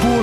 波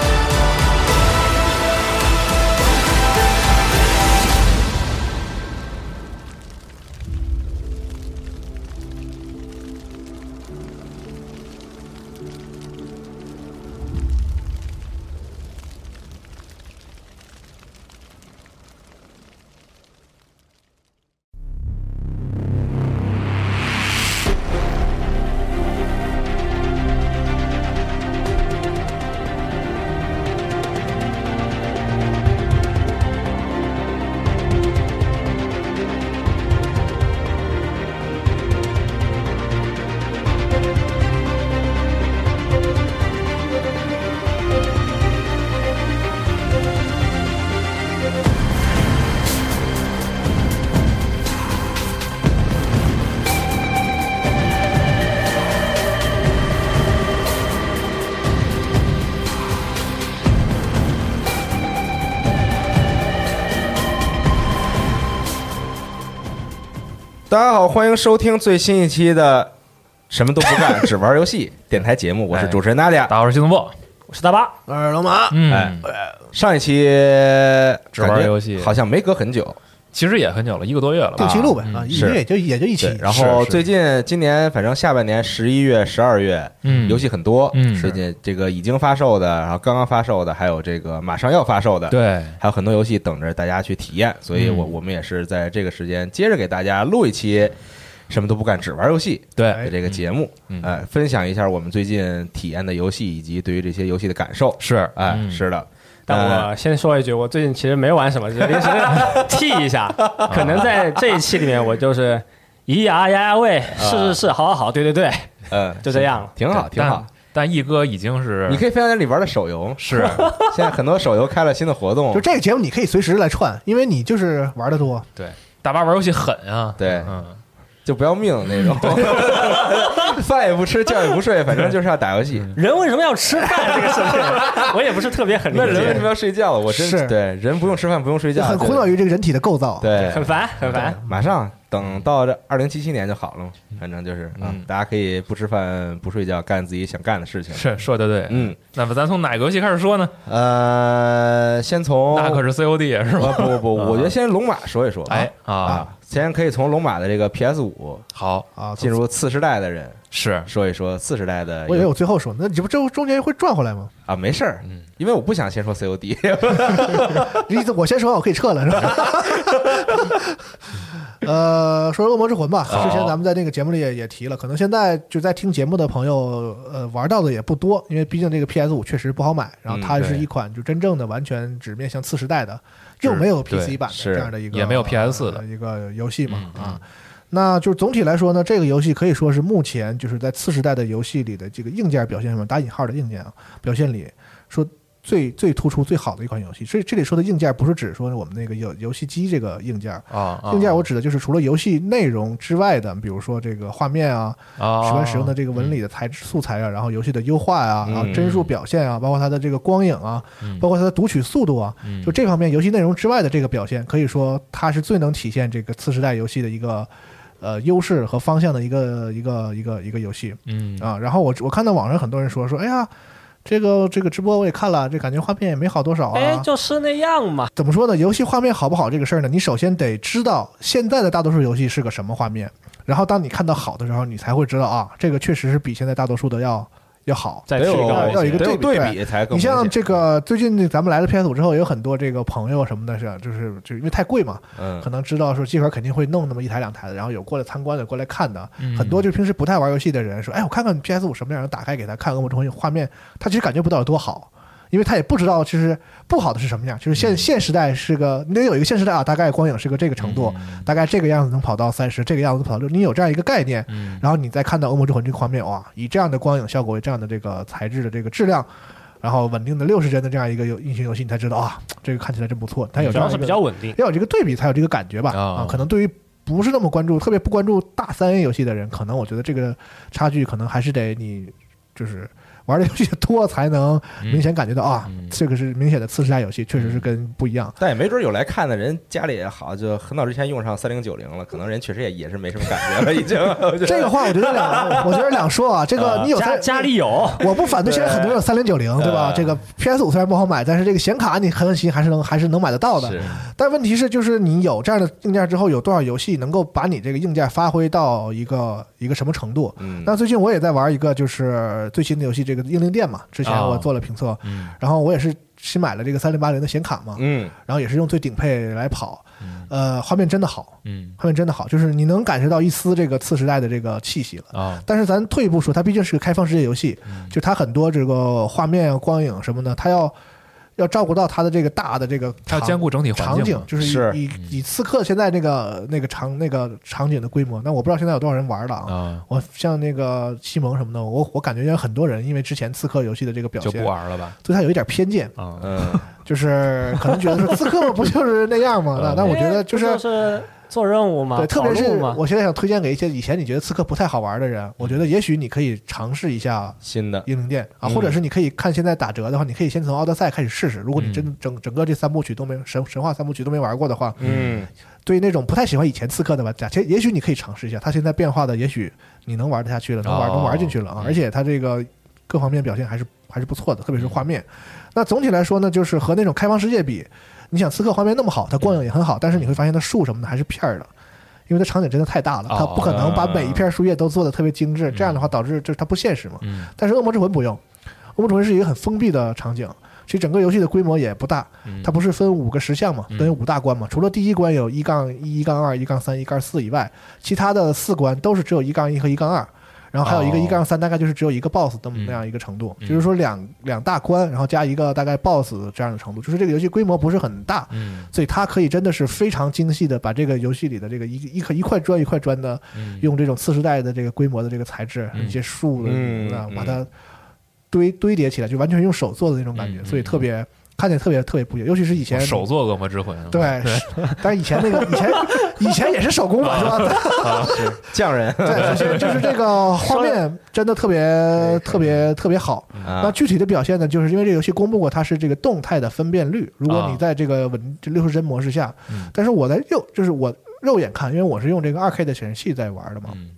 大家好，欢迎收听最新一期的《什么都不干只玩游 戏》电台节目，我是主持人娜姐。哎大伙啊儿新动不？我是大巴。二龙马，哎嗯，上一期只玩感觉游戏好像没隔很久，其实也很久了，一个多月了定吧？期录呗啊，嗯一是年也就也就一期对。。然后是是最近今年反正下半年十一月、十二月，嗯游戏很多。嗯最近这个已经发售的，然后刚刚发售的，还有这个马上要发售的，，对，还有很多游戏等着大家去体验。所以我嗯我们也是在这个时间接着给大家录一期《什么都不干只玩游戏》。对，这个节目，嗯哎，分享一下我们最近体验的游戏以及对于这些游戏的感受。是，呃哎，嗯是的，呃但我先说一句，我最近其实 没玩什么，只是临时替一下。可能在这一期里面，我就是咿呀呀呀喂，是是是，好好好，对对对，呃， 就这样。挺好，对挺好。。但但一哥已经是你可以分享你玩的手 游，是现在很多手游开了新的活动就，这个节目，你可以随时来串，因为你就是玩的多。对大巴玩游戏狠啊，对嗯，就不要命那 种，饭也不吃，觉也不睡，反正就是要打游戏。嗯人为什么要吃饭这个事情，我也不是特别很理那人为什么解，要睡觉？我真是对人不用吃饭，不用睡就觉，很对苦恼于这个人体的构造。，对，很烦很烦。马上等到这二零七七年就好了嘛，反正就是啊嗯嗯，大家可以不吃饭不睡觉，干自己想干的事情。是说的对。嗯，那么咱从哪个游戏开始说呢？呃，先从那可是 COD 是啊吧？不不不，我觉得先龙马说一说。哎哦啊，啊，先可以从龙马的这个 PS 五好啊，进入次时代的人是说一说次时代的游。我以为我最后说，那你这不这中间会转回来吗？啊，没事儿，嗯因为我不想先说 COD。 你我先说完，我可以撤了，是吧？ 呃，说说《恶魔之魂》吧，好之前咱们在那个节目里也也提了，可能现在就在听节目的朋友，呃，玩到的也不多，因为毕竟这个 PS 五确实不好买，然后它嗯是对一款就真正的完全只面向次时代的，是又没有对 PC 版的是这样的一个，也没有 PS 的呃一个游戏嘛嗯啊。那就是总体来说呢，这个游戏可以说是目前就是在次时代的游戏里的这个硬件表现上，打引号的硬件啊表现里说最最突出、最好的一款游戏。所以这里说的硬件不是指说我们那个游游戏机这个硬件，啊，啊硬件我指的就是除了游戏内容之外的，比如说这个画面啊、啊直观使用的这个文理的材质素材啊，然后游戏的优化啊，嗯然后帧数表现啊，包括它的这个光影啊嗯，包括它的读取速度啊，嗯就这方面游戏内容之外的这个表现，可以说它是最能体现这个次时代游戏的一个呃优势和方向的一个一个一个一个游戏。嗯啊，然后我我看到网上很多人说说，哎呀，这个这个直播我也看了，这感觉画面也没好多少啊。哎，就是那样嘛。怎么说呢？游戏画面好不好这个事儿呢，你首先得知道现在的大多数游戏是个什么画面，然后当你看到好的时候，你才会知道啊，这个确实是比现在大多数的要要好。再得提有高要有一些个得有对比比才更你像明显这个最近咱们来了 PS 五之后，有很多这个朋友什么的是，就是就是因为太贵嘛，嗯可能知道说这块肯定会弄那么一台两台的，然后有过来参观的、过来看的，嗯很多就平时不太玩游戏的人说，哎，我看看 PS 五什么样，打开给他看恶魔中心画面，他其实感觉不到有多好，因为他也不知道其实不好的是什么样，就是现现时代是个，你得有一个现时代啊，大概光影是个这个程度，大概这个样子能跑到三十，这个样子能跑到六，你有这样一个概念，嗯，然后你再看到《恶魔之魂》这个画面，哇，以这样的光影效果、这样的这个材质的这个质量，然后稳定的六十帧的这样一个游运行游戏，你才知道啊，这个看起来真不错。它有主这样要一是个比较稳定。要有这个对比才有这个感觉吧。哦啊，可能对于不是那么关注、特别不关注大三 A 游戏的人，可能我觉得这个差距可能还是得你就是玩的游戏多才能明显感觉到啊，这个是明显的次时代游戏，确实是跟不一样。但也没准有来看的人家里也好，就很早之前用上三零九零了，可能人确实也也是没什么感觉了，已 经。我觉得这个话我觉得 两，我觉得两说啊，这个你有家在家里有，我不反对，现在很多人有三零九零，对吧？对这个 PS 五虽然不好买，但是这个显卡你很狠心还是能还是能买得到的是。但问题是，就是你有这样的硬件之后，有多少游戏能够把你这个硬件发挥到一个一个什么程度？嗯那最近我也在玩一个，就是最新的游戏，这个《英灵殿》嘛。之前哦我做了评测，然后我也是新买了这个三零八零的显卡嘛，嗯，然后也是用最顶配来跑，呃，画面真的好，嗯画面真的好，就是你能感受到一丝这个次时代的这个气息了。啊，但是咱退一步说，它毕竟是个开放世界游戏，就它很多这个画面、光影什么的，它要要照顾到它的这个大的这个它要场兼顾整体环场境景嘛，嗯就是以是以以刺客现在那个那个场那个场景的规模，那我不知道现在有多少人玩了啊。啊，我像那个西蒙什么的，我我感觉有很多人因为之前刺客游戏的这个表就现，不玩了吧？对他有一点偏见，啊，嗯，就是可能觉 得说刺客不就是那样吗？那那我觉得就是不就是做任务嘛，对，特别啊跑是路嘛，我现在想推荐给一些以前你觉得刺客不太好玩的人，我觉得也许你可以尝试一下新 的英灵殿嗯啊，或者是你可以看现在打折的话，你可以先从奥德赛开始试试。如果你真整整个这三部曲都没神神话三部曲都没玩过的话，嗯，对于那种不太喜欢以前刺客的玩家，其实也许你可以尝试一下，它现在变化的，也许你能玩得下去了，能玩哦能玩进去了啊！而且它这个各方面表现还是还是不错的，特嗯别是画面。那总体来说呢，就是和那种开放世界比，你想刺客画面那么好，它光影也很好，但是你会发现它树什么的还是片儿的。因为它场景真的太大了，它哦不可能把每一片树叶都做的特别精致，这样的话导致就是它不现实嘛。嗯但是恶魔之魂不用，恶魔之魂是一个很封闭的场景，其实整个游戏的规模也不大，嗯它不是分五个石像嘛，等于五大关嘛，除了第一关有一杠一、一杠二、一杠三、一杠四以外，其他的四关都是只有一杠一和一杠二。然后还有一个哦一杠三，大概就是只有一个 boss 那么嗯那样一个程度，嗯就是说两两大关，然后加一个大概 boss 这样的程度，就是这个游戏规模不是很大，嗯所以它可以真的是非常精细的把这个游戏里的这个一一颗一块砖一块砖的，用这种次时代的这个规模的这个材质，嗯一些树的嗯啊嗯把它堆堆叠起来，就完全用手做的那种感觉，嗯所以特别看起来特别特别不一样，尤其是以前我手做恶魔之魂，对，是但是以前那个以 前以前也是手工嘛，是吧？啊匠 人对，首先就是这个画面真的特别特别特别好。那啊，具体的表现呢，就是因为这个游戏公布过它是这个动态的分辨率，如果啊你在这个稳这六十帧模式下嗯，但是我在肉就是我肉眼看，因为我是用这个二 K 的显示器在玩的嘛，嗯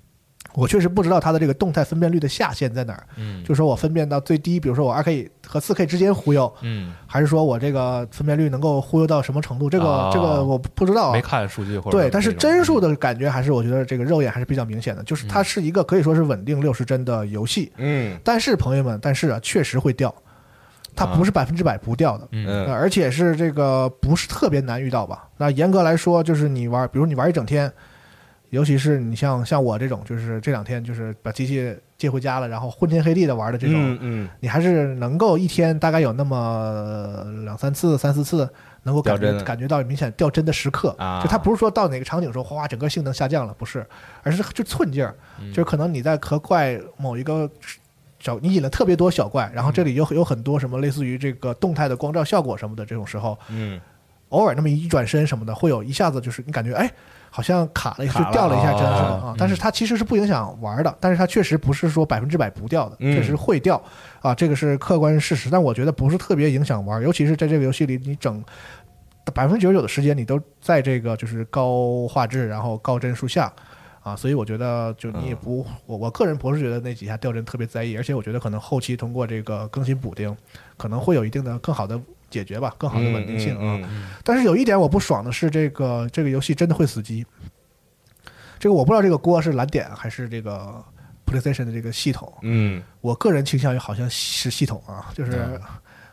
我确实不知道它的这个动态分辨率的下限在哪儿，嗯，就是说我分辨到最低，比如说我二 K 和四 K 之间忽悠，嗯，还是说我这个分辨率能够忽悠到什么程度？这个哦这个我不知道啊没。看数据或者嗯对，但是帧数的的感觉还是我觉得这个肉眼还是比较明显的，就是嗯它是一个可以说是稳定六十帧的游戏，嗯但是朋友们，但是啊，确实会掉，它啊不是百分之百不掉的。嗯呃嗯而且是这个不是特别难遇到吧？那严格来说，就是你玩，比如你玩一整天，尤其是你像像我这种，就是这两天就是把机器接回家了，然后昏天黑地的玩的这种，嗯嗯，你还是能够一天大概有那么呃两三次、三四次，能够感掉觉帧的感觉到明显掉帧的时刻。啊就它不是说到哪个场景说哗哗整个性能下降了，不是，而是就寸劲儿，就是可能你在和怪某一个。小你引了特别多小怪，然后这里有有很多什么类似于这个动态的光照效果什么的，这种时候，嗯，偶尔那么一转身什么的，会有一下子就是你感觉哎，好像卡了一下，卡了就掉了一下帧哦什么的啊。但是它其实是不影响玩的，但是它确实不是说百分之百不掉的，嗯确实会掉啊，这个是客观事实。但我觉得不是特别影响玩，尤其是在这个游戏里，你整百分之九十九的时间你都在这个就是高画质，然后高帧数下。啊，所以我觉得就你也不，嗯我我个人不是觉得那几下掉帧特别在意，而且我觉得可能后期通过这个更新补丁，可能会有一定的更好的解决吧，更好的稳定性啊。嗯嗯但是有一点我不爽的是，这个这个游戏真的会死机。这个我不知道这个锅是蓝点还是这个不 PlayStation 的这个系统，嗯我个人倾向于好像是系统啊，就是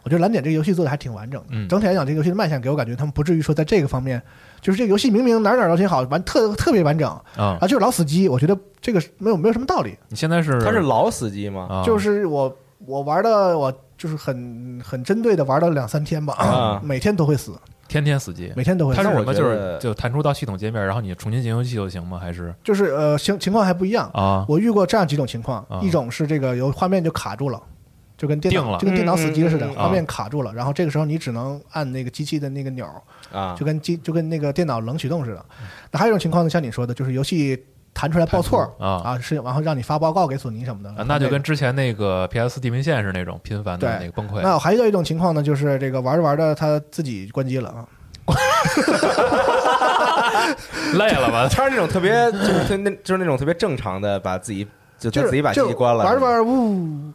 我觉得蓝点这个游戏做的还挺完整的。嗯整体来讲，这个游戏的卖相给我感觉他们不至于说在这个方面，就是这个游戏明明哪儿哪儿都挺好，完特特别完整啊啊，，就是老死机，我觉得这个是没有没有什么道理。你现在是他是嗯老死机吗？啊就是我我玩的我就是很很针对的玩了两三天吧，啊每天都会死，天天死机，每天都会它死是。那什我么？觉就得是就弹出到系统界面，然后你重新进游戏就行吗？还是就是呃情情况还不一样。啊我遇过这样几种情况啊，一种是这个有画面就卡住了。就跟电定脑了就跟电脑死机似的，嗯嗯画面卡住了，然后这个时候你只能按那个机器的那个钮儿，啊，就跟机就跟那个电脑冷启动似的。那还有一种情况呢，像你说的，就是游戏弹出来报错弹出啊是然后让你发报告给索尼什么的，啊，那就跟之前那个 PS 地平线是那种频繁的对那个崩溃那我还遇到一种情况呢，就是这个玩着玩着它自己关机了啊， 累 了吧？他是那种特别就是他那就是那种特别正常的，把自己就就他是自己把机器关了，就玩着玩着呜，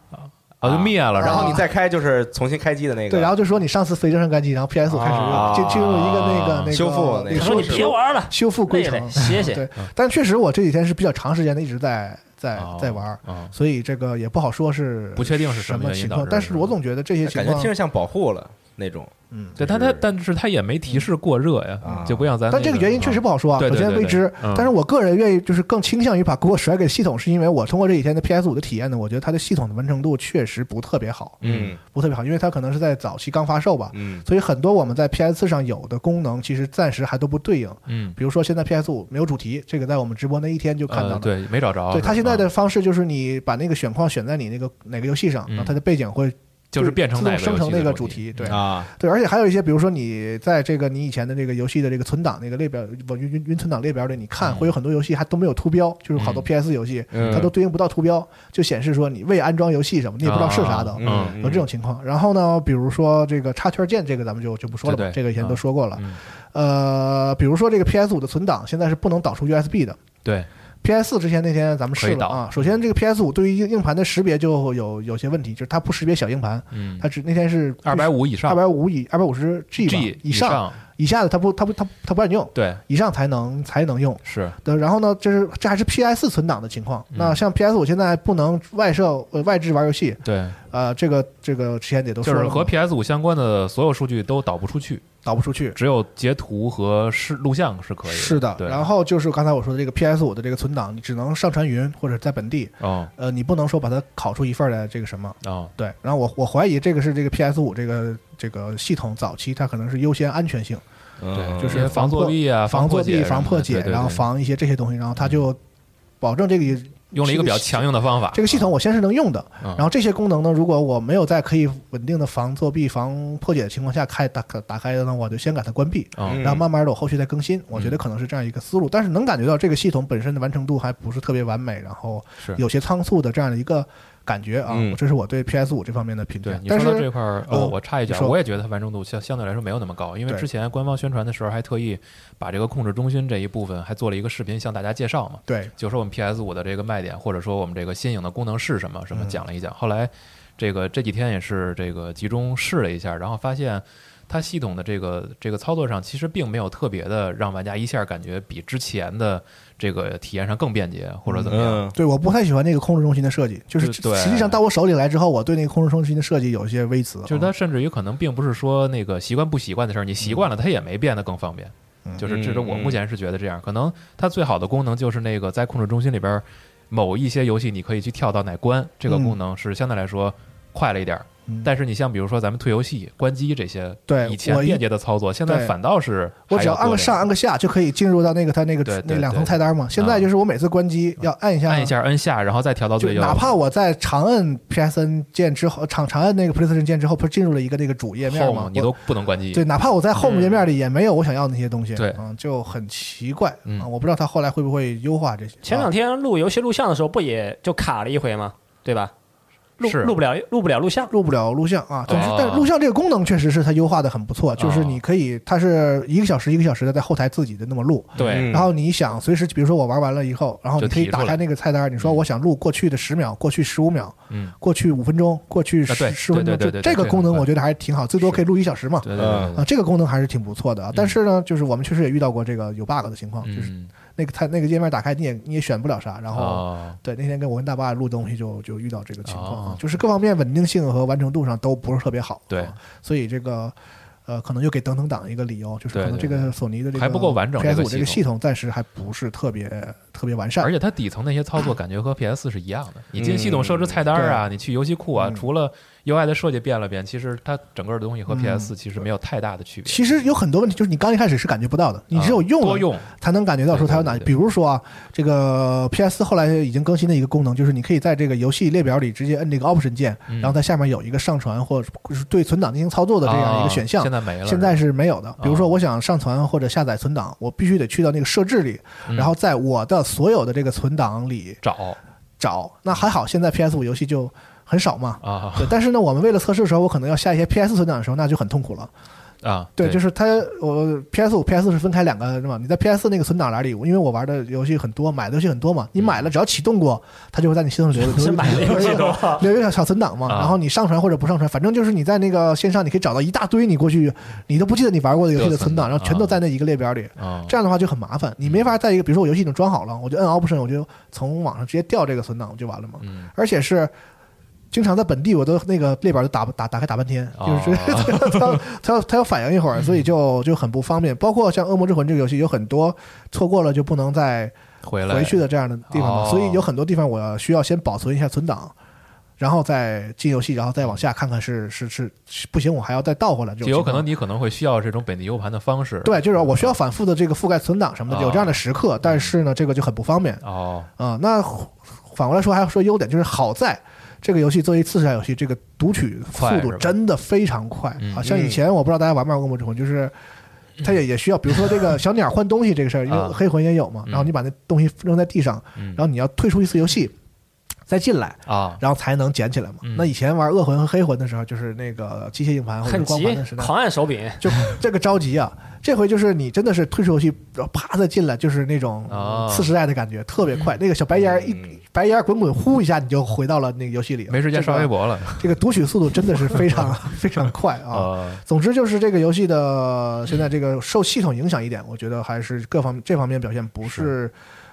啊，就灭了，然后后你再开就是重新开机的那个，对，然后就说你上次非正常关机，然后 PS 五开始啊就进入一个那个那个修复那个那个他说你修别玩了，修复归累累程，歇歇。啊对，但确实我这几天是比较长时间的一直在在哦在玩。啊，所以这个也不好说是不确定是什什么原因情导况致，但是的我总觉得这些情感觉况听着像保护了那种嗯，就对，但他是但是他也没提示过热啊呀，就不像咱那。但这个原因确实不好说啊，对首对先对未对知嗯。但是我个人愿意就是更倾向于把锅甩给系统，是因为我通过这几天的 PS 五的体验呢，我觉得它的系统的完成度确实不特别好，嗯不特别好，因为它可能是在早期刚发售吧，嗯所以很多我们在 PS 四上有的功能，其实暂时还都不对应。嗯，比如说现在 PS 五没有主题，这个在我们直播那一天就看到呃了。对，没找着。对它现在啊的方式就是你把那个选框选在你那个哪个游戏上，嗯然后它的背景会就是变成自哪动个生成游戏的那个主主题题，对啊对，而且还有一些，比如说你在这个你以前的这个游戏的这个存档那个列表，不云云云存档列表里，你看会有很多游戏还都没有图标，就是好多嗯 PS 游戏、嗯它都对应不到图标，就显示说你未安装游戏什么，你也不知道是啥的。啊嗯有这种情况，然后呢，比如说这个插圈键，这个咱们就就不说了吧，对对这个以前都说过了。嗯呃，比如说这个 PS 五的存档现在是不能导出 USB 的对， ，PS 四之前那天咱们可试以了导啊。首先，这个 PS 五对于硬硬盘的识别就有有些问题，就是它不识别小硬盘，嗯它，只那天是二百五以二上百五以二百五十 G 吧 G 以上上，以下的它不它不它不它不让你用，对，以上才能才能用。是对，然后呢，这是这还是 PS 存档的情况。那嗯像 PS 我现在不能外设呃外置玩游戏，对，呃，这个这个之前也都就说了是嘛，和 PS 五相关的所有数据都导不出去，导不出去。只有截图和视录像是可以。是的，对，然后就是刚才我说的这个 PS 五的这个存档，你只能上传云或者在本地，哦呃，你不能说把它拷出一份儿来这个什么。哦，对，然后我我怀疑这个是这个 PS 五这个这个系统早期它可能是优先安全性。嗯就是因为防作弊啊，防破作弊、防防破解，然后防一些这些东西，然后嗯它就保证这个用了一个比较强硬的方法。这个系统我先是能用的。嗯然后这些功能呢，如果我没有在可以稳定的防作弊、防破解的情况下开打打开的呢，我就先给它关闭，嗯然后慢慢的我后续再更新。我觉得可能是这样一个思路，但是能感觉到这个系统本身的完成度还不是特别完美，然后是有些仓促的这样的一个感觉啊嗯。这是我对 PS 五这方面的评对价。你嗯但说到这是块儿，呃哦，我插一你句，说我也觉得它完成度相相对来说没有那么高，因为对之前官方宣传的时候还特意把这个控制中心这一部分还做了一个视频向大家介绍嘛，对就说我们 PS 五的这个卖点，或者说我们这个新颖的功能是什么，什么嗯讲了一讲。后来这个这几天也是这个集中试了一下，然后发现它系统的这个这个操作上其实并没有特别的让玩家一下感觉比之前的这个体验上更便捷或者怎么样。嗯对，我不太喜欢那个控制中心的设计，就是对实际上到我手里来之后，我对那个控制中心的设计有一些微词啊。就是它甚至于可能并不是说那个习惯不习惯的事儿，你习惯了它也没变得更方便。嗯就是这是我嗯嗯目前是觉得这样，可能它最好的功能就是那个在控制中心里边儿某一些游戏你可以去跳到哪关，这个功能是相对来说快了一点儿。嗯但是你像比如说咱们退游戏、关机这些，对以前我一便捷的操作，现在对反倒是我只要按个上按个个下就可以进入到那个它那个对对那两对啊层菜单嘛。现在就是我每次关机要按一下，按一，下摁下，然后再调到就最右，哪怕我在长按 PSN 键之后，长长按那个 PlayStation 键之后，不是进入了一个那个主页面 home 吗？你我都不能关机。对，哪怕我在 Home 页面里也没有我想要的那些东西，对嗯，就很奇怪嗯啊。我不知道它后来会不会优化这些。前啊两天录游戏录像的时候，不也就卡了一回吗？对吧？录是录不了，录不了录像。入不了录像啊，总之哦，但是录像这个功能确实是它优化的很不错，就是哦你可以，它是一个小时一个小时的在后台自己的那么录，对嗯然后你想随时，比如说我玩完了以后，然后你就可以提出来打开那个菜单，你说我想录过去的十秒、过去十五秒、嗯，过去五分钟、过去啊对十十分钟，对就对对对这个对功能对我觉得还挺好，最多可以录一小时嘛。对对对对啊，对，这个功能还是挺不错的啊。但是呢，就是我们确实也遇到过这个有 bug 的情况，就是嗯那个它那个页面打开你也你也选不了啥，然后、哦对那天跟我跟大爸录东西就就遇到这个情哦况，啊就是各方面稳定性和完成度上都不是特别好，对啊所以这个。呃，可能又给等等党一个理由，就是对可能这对个索尼的这个还不够完整这个 PS 系五这个统系统暂时还不是特别特别完善，而且它底层那些操作啊感觉和 PS 是一样的。你嗯进系统设置菜单啊，你去游戏库啊，除了 UI 的设计变了变，其实它整个的东西和 PS 其实没有太大的区别。嗯其实有很多问题，就是你刚一开始是感觉不到的，你只有用啊了多用才能感觉到说它有哪。对对对对比如说啊，这个 PS 后来已经更新的一个功能，就是你可以在这个游戏列表里直接摁这个 Option 键，嗯然后它下面有一个上传或者是对存档进行操作的这样一个选啊项。现在没了。现在是没有的。比如哦说，我想上传或者下载存档，我必须得去到那个设置里，嗯然后在我的所有的这个存档里找找。那还好，现在 PS 五游戏就很少嘛。啊对，但是呢，我们为了测试的时候，我可能要下一些 PS 存档的时候，那就很痛苦了。啊，对，就是是它，我 PS 五、PS 是分开两个是吧？你在 PS 那个存档栏里，因为我玩的游戏很多，买的游戏很多嘛，你买了只要启动过，它就会在你系统里留嗯是买的游戏多留一个小小存档嘛。啊然后你上传或者不上传，反正就是你在那个线上，你可以找到一大堆你过去你都不记得你玩过的游戏的存档，对然后全都在那一个列表里。啊，这样的话就很麻烦，你没法在一个，比如说我游戏已经装好了，我就摁 Option，我就从网上直接调这个存档，不就完了吗？嗯而且是经常在本地，我都那个列表都打打打开打半天，哦就是 他要他要他要反应一会儿，所以嗯就就很不方便。包括像《恶魔之魂》这个游戏，有很多错过了就不能再回来回去的这样的地方哦嘛，所以有很多地方我需要先保存一下存档。然后再进游戏，然后再往下看看是是是是不行，我还要再倒回来。这种就有情可况能你可能会需要这种本地 U 盘的方式。对，就是我需要反复的这个覆盖存档什么啊的，有这样的时刻，但是呢，这个就很不方便哦，啊、那反过来说，还要说优点，就是好在这个游戏作为次世代游戏，这个读取速快是度吧真的非常快嗯啊！像以前我不知道大家玩没玩过《恶魔之魂》，就是。它也也需要，比如说这个小鸟换东西这个事儿，因为啊黑魂也有嘛。嗯然后你把那东西扔在地上，嗯然后你要退出一次游戏，再进来，啊，然后才能捡起来嘛。嗯那以前玩恶魂和黑魂的时候，就是那个机械硬盘或者很光急盘的时，代，狂按手柄， 就这个着急啊！这回就是你真的是退出游戏，然后啪再进来，就是那种哦嗯次时代的感觉，特别快。那个小白烟儿一白烟儿滚滚，呼一下你就回到了那个游戏里了。没时间刷微博，博了这个读取速度真的是 非常 非常快啊！啊。总之就是这个游戏的现在这个受系统影响一点，我觉得还是各方这方面表现不是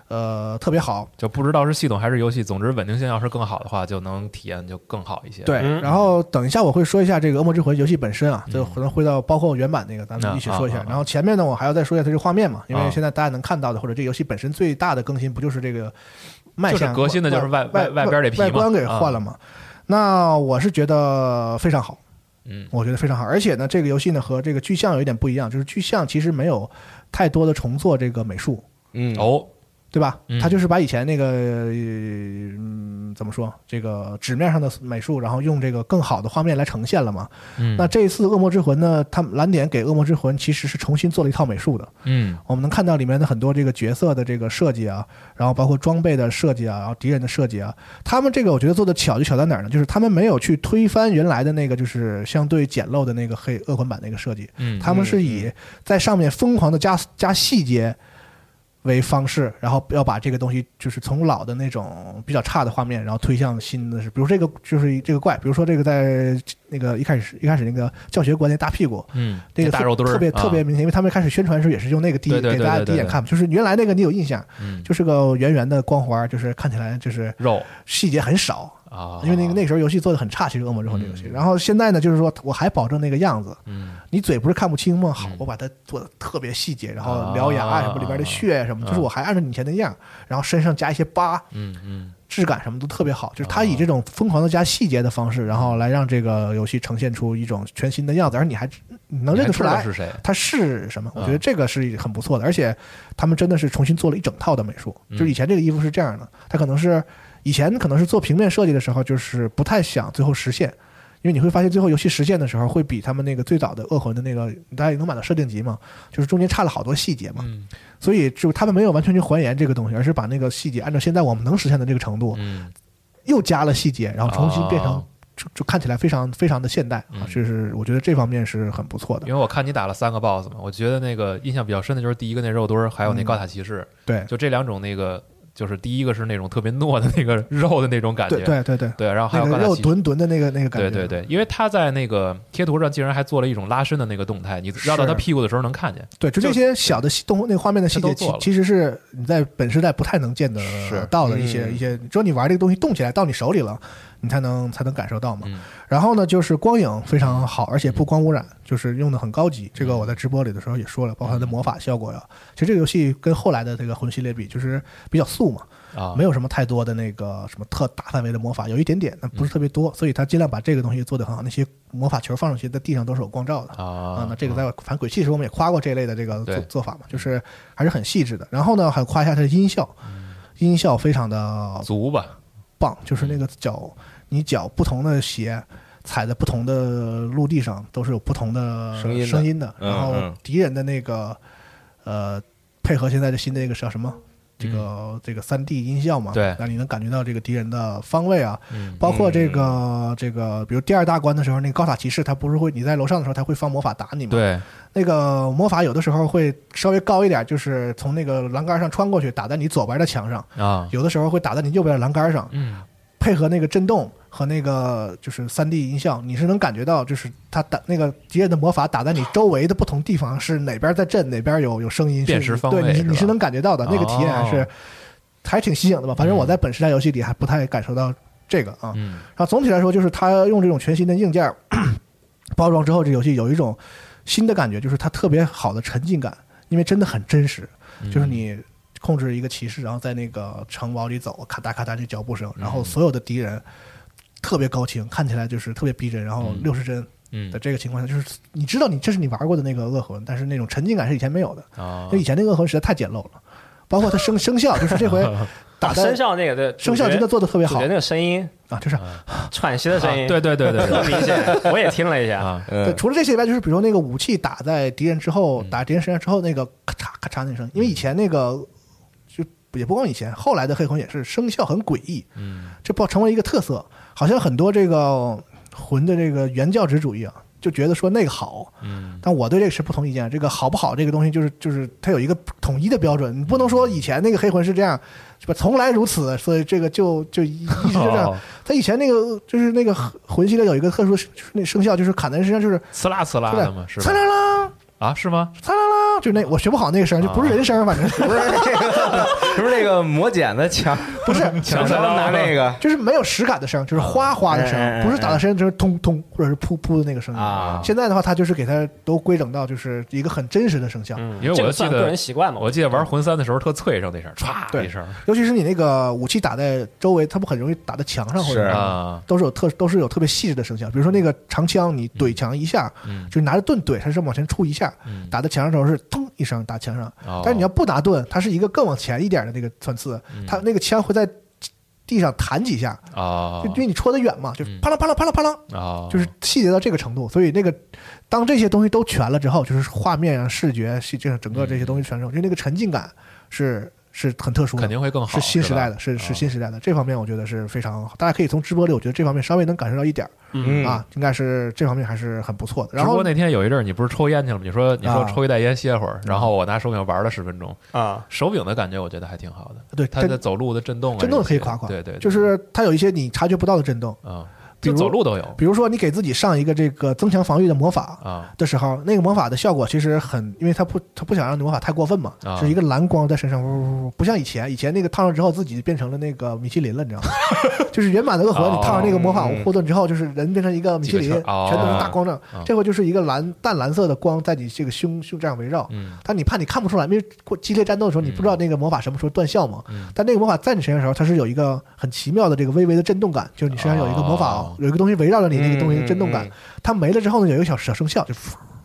呃特别好。就不知道是系统还是游戏，总之稳定性要是更好的话，就能体验就更好一些。对，嗯然后等一下我会说一下这个《恶魔之魂》游戏本身啊，就可能回到包括原版那个，咱们一起说嗯啊一下啊。啊然后前面呢，我还要再说一下它这个画面嘛，因啊为现在大家能看到的，或者这个游戏本身最大的更新，不就是这个卖就是相革新的就是外外外外边这皮嘛啊外观给换了嘛。那我是觉得非常好，嗯，我觉得非常好。而且呢，这个游戏呢和这个巨像有一点不一样，就是巨像其实没有太多的重做这个美术，嗯，哦，对吧？嗯他就是把以前那个，呃嗯，怎么说，这个纸面上的美术，然后用这个更好的画面来呈现了嘛。嗯那这一次《恶魔之魂》呢，他们蓝点给《恶魔之魂》其实是重新做了一套美术的。嗯我们能看到里面的很多这个角色的这个设计啊，然后包括装备的设计啊，然后敌人的设计啊，他们这个我觉得做的巧就巧在哪儿呢？就是他们没有去推翻原来的那个就是相对简陋的那个黑恶魂版那个设计，嗯他们是以在上面疯狂的加加细节。为方式，然后要把这个东西就是从老的那种比较差的画面，然后推向新的是，比如这个就是这个怪，比如说这个在那个一开始一开始那个教学馆那大屁股，嗯，那个大特肉墩儿特别啊特别明显，因为他们开始宣传的时候也是用那个第一对对给对大家对第一眼对看，就是原来那个你有印象，嗯就是个圆圆的光环，就是看起来就是肉细节很少，啊，因为那个那个时候游戏做的很差，其实《恶魔之魂》这个游戏。然后现在呢，就是说我还保证那个样子，嗯你嘴不是看不清吗？好嗯，我把它做的特别细节，然后獠牙啊什么里边的血啊什么，啊就是我还按照你以前那样，然后身上加一些疤，嗯嗯质感什么都特别好，就是他以这种疯狂的加细节的方式，然后来让这个游戏呈现出一种全新的样子，而你还你能认得出你来还知道是谁它是什么？我嗯觉得这个是很不错的，而且他们真的是重新做了一整套的美术，嗯就是以前这个衣服是这样的，它可能是以前可能是做平面设计的时候，就是不太想最后实现。因为你会发现，最后游戏实现的时候，会比他们那个最早的《恶魂》的那个，大家也能买到设定集嘛，就是中间差了好多细节嘛。嗯所以就他们没有完全去还原这个东西，而是把那个细节按照现在我们能实现的这个程度，嗯又加了细节，然后重新变成、哦就就看起来非常非常的现代嗯，啊就是我觉得这方面是很不错的因。为我看你打了三个嗯 BOSS 嘛，我觉得那个印象比较深的就是第一个那肉墩儿，还有那高塔骑士，对，就这两种那个就是第一个是那种特别糯的那个肉的那种感觉，对对对对，对然后还那有个刚才肉其墩墩的那个那个感觉，对对对，因为他在那个贴图上竟然还做了一种拉伸的那个动态，你绕到他是屁股的时候能看见。对，就这些小的细动那个画面的细它都节，做其了其实是你在本时代不太能见得是到的一些嗯一些，只有你玩这个东西动起来到你手里了，你才能才能感受到嘛。嗯然后呢，就是光影非常好，而且不光污染，就是用的很高级。嗯这个我在直播里的时候也说了，包括它的魔法效果呀。其实这个游戏跟后来的这个魂系列比，就是比较素嘛，啊，没有什么太多的那个什么特大范围的魔法，有一点点，但不是嗯特别多，所以他尽量把这个东西做得很好。那些魔法球放上去，在地上都是有光照的啊那这个在反鬼泣的时候，我们也夸过这一类的这个做对做法嘛，就是还是很细致的。然后呢，还夸一下它的音效，嗯音效非常的足吧，棒，就是嗯那个脚，你脚不同的鞋踩在不同的陆地上，都是有不同的声音的声音的。嗯然后嗯敌人的那个呃，配合现在的新的那个叫什么？这个这个三 D 音效嘛，嗯对那你能感觉到这个敌人的方位啊，嗯包括这个这个，比如第二大关的时候，那个高塔骑士他不是会你在楼上的时候，他会放魔法打你嘛？，对，那个魔法有的时候会稍微高一点，就是从那个栏杆上穿过去，打在你左边的墙上，啊，有的时候会打在你右边的栏杆上，嗯，配合那个震动和那个就是三 D 音效，你是能感觉到，就是它打那个敌人的魔法打在你周围的不同地方是哪边在震，哪边有有声音，辨是识方对位你是你是吧能感觉到的，那个体验还是、哦还挺新颖的吧。反正我在本时代游戏里还不太感受到这个啊。嗯然后总体来说，就是它用这种全新的硬件儿包装之后，这游戏有一种新的感觉，就是它特别好的沉浸感，因为真的很真实，嗯就是你控制一个骑士，然后在那个城堡里走，咔嗒咔嗒这脚步声，然嗯后所有的敌人特别高清，看起来就是特别逼真，然后六十帧嗯的这个情况下，就是你知道你这是你玩过的那个恶魂，但是那种沉浸感是以前没有的，啊就以前那个恶魂实在太简陋了，包括它 声声效，就是这回打在声效那个对，声效真的做的特别主好角那个声音，啊，就是。喘息的声音，啊对对对对对特明显，我也听了一下，啊，对， 嗯，除了这些以外，就是比如那个武器打在敌人之嗯后，打敌人身上之后，那个咔嚓咔嚓那声，因为以前那个就也不光以前，后来的黑魂也是声效很诡异，嗯，这不成为一个特色，好像很多这个魂的这个原教旨主义啊，就觉得说那个好，嗯，但我对这个持不同意见，这个好不好这个东西就是就是它有一个统一的标准，你不能说以前那个黑魂是这样，是吧？从来如此，所以这个就就一一直就这 样哦。他以前那个就是那个魂系列有一个特殊的声就是那声效，就是砍在人身上就是。呲啦呲啦对的嘛，是吧嚓？啦啦，啊，是吗？嚓啦啦，就那我学不好那个声儿，就不是人声儿，反正不是那个， 是不是那个磨剪子强不是，强三拿那个就是没有实感的声儿，就是哗哗的哎声哎哎儿，哎不是打的声音，就是通通或者是噗噗的那个声音。啊现在的话，它就是给它都规整到就是一个很真实的声效，嗯因为我这就个记算个得人习惯嘛，我记得玩魂三的时候特脆声那声，歘对一声尤其是你那个武器打在周围，它不很容易打在墙上或者是什么的啊，都是有特都是有特别细致的声效，比如说那个长枪，你怼墙一下，嗯就是拿着盾怼，它是往前出一下，嗯打在墙上的时候是咚一声打墙上，哦但是你要不拿盾，它是一个更往前一点的那个穿刺，嗯它那个枪会在地上弹几下，啊就因为你戳得远嘛，就嗯啪啦啪啦啪啦啪啦，啊，就是细节到这个程度。所以那个当这些东西都全了之后，就是画面啊、视觉、细这整个这些东西全之后，就那个沉浸感是是很特殊的，嗯肯定会更好是新时代是的，吧是是啊新时代的。这方面我觉得是非常好，大家可以从直播里，我觉得这方面稍微能感受到一点儿嗯啊，应该是这方面还是很不错的。然直播后那天有一阵儿，你不是抽烟去了吗？你说你说啊嗯抽一袋烟歇会儿，然后我拿手柄玩了十分钟，啊，手柄的感觉我觉得还挺好的，对它这的走路的震动啊，震动可以这些夸夸，对对，对就是它有一些你察觉不到的震动。啊，比就如走路都有比如说你给自己上一个这个增强防御的魔法啊的时候，那个魔法的效果其实很，因为它不它不想让魔法太过分嘛，啊是一个蓝光在身上，呜呜呜，不像以前，以前那个烫上之后自己变成了那个米其林了，你知道吗？ 就是原版的恶魂，哦你烫上那个魔法嗯护盾之后，就是人变成一个米其几林，个圈哦全都是大光照嗯。这回就是一个蓝淡蓝色的光在你这个胸胸这样围绕，嗯但你怕你看不出来，因为过激烈战斗的时候，你不嗯知道那个魔法什么时候断效嘛。但那个魔法在你身上的时候，它是有一个很奇妙的这个微微的震动感，就是你身上有一个魔法，哦有一个东西围绕着你，那个东西的震动感。嗯嗯它没了之后呢，有一个小小声效，就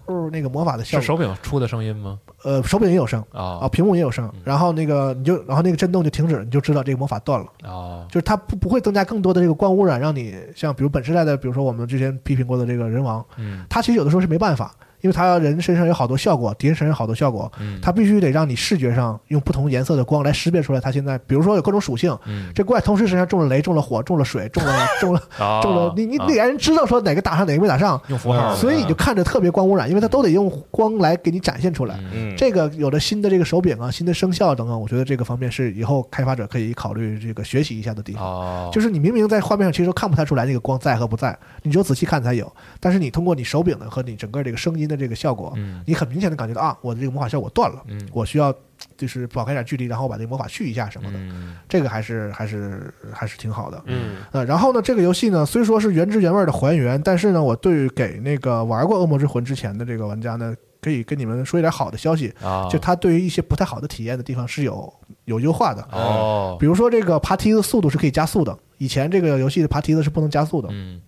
呼那个魔法的效是手果，柄出的声音吗？呃，手柄也有声。啊，啊屏幕也有声，然后那个你就，然后那个震动就停止了，你就知道这个魔法断了。啊就是它不不会增加更多的这个光污染，让你像比如本时代的，比如说我们之前批评过的这个人王，嗯它其实有的时候是没办法，因为他人身上有好多效嗯果，敌人身上有好多效果，他必须得让你视觉上用不同颜色的光来识别出来他现在，比如说有各种属性，嗯这怪同时身上中了雷、中了火、中了水、中了中了 啊中了，你你啊得让人知道说哪个打上哪个没打上，用符号，嗯啊所以你就看着特别光污染，因为它都得用光来给你展现出来。嗯，这个有了新的这个手柄啊，新的生肖等等，我觉得这个方面是以后开发者可以考虑这个学习一下的地方。哦，就是你明明在画面上其实都看不太出来那个光在和不在，你只有仔细看才有。但是你通过你手柄的和你整个这个声音的这个效果，嗯你很明显的感觉到啊，我的这个魔法效果断了，嗯我需要就是保开点距离，然后把这个魔法续一下什么的。嗯这个还是还是还是挺好的。嗯呃，然后呢，这个游戏呢，虽说是原汁原味的还原，但是呢，我对于给那个玩过《恶魔之魂》之前的这个玩家呢，可以跟你们说一点好的消息，啊，就他对于一些不太好的体验的地方是有有优化的。哦，比如说，这个爬梯子速度是可以加速的，以前这个游戏的爬梯子是不能加速的，嗯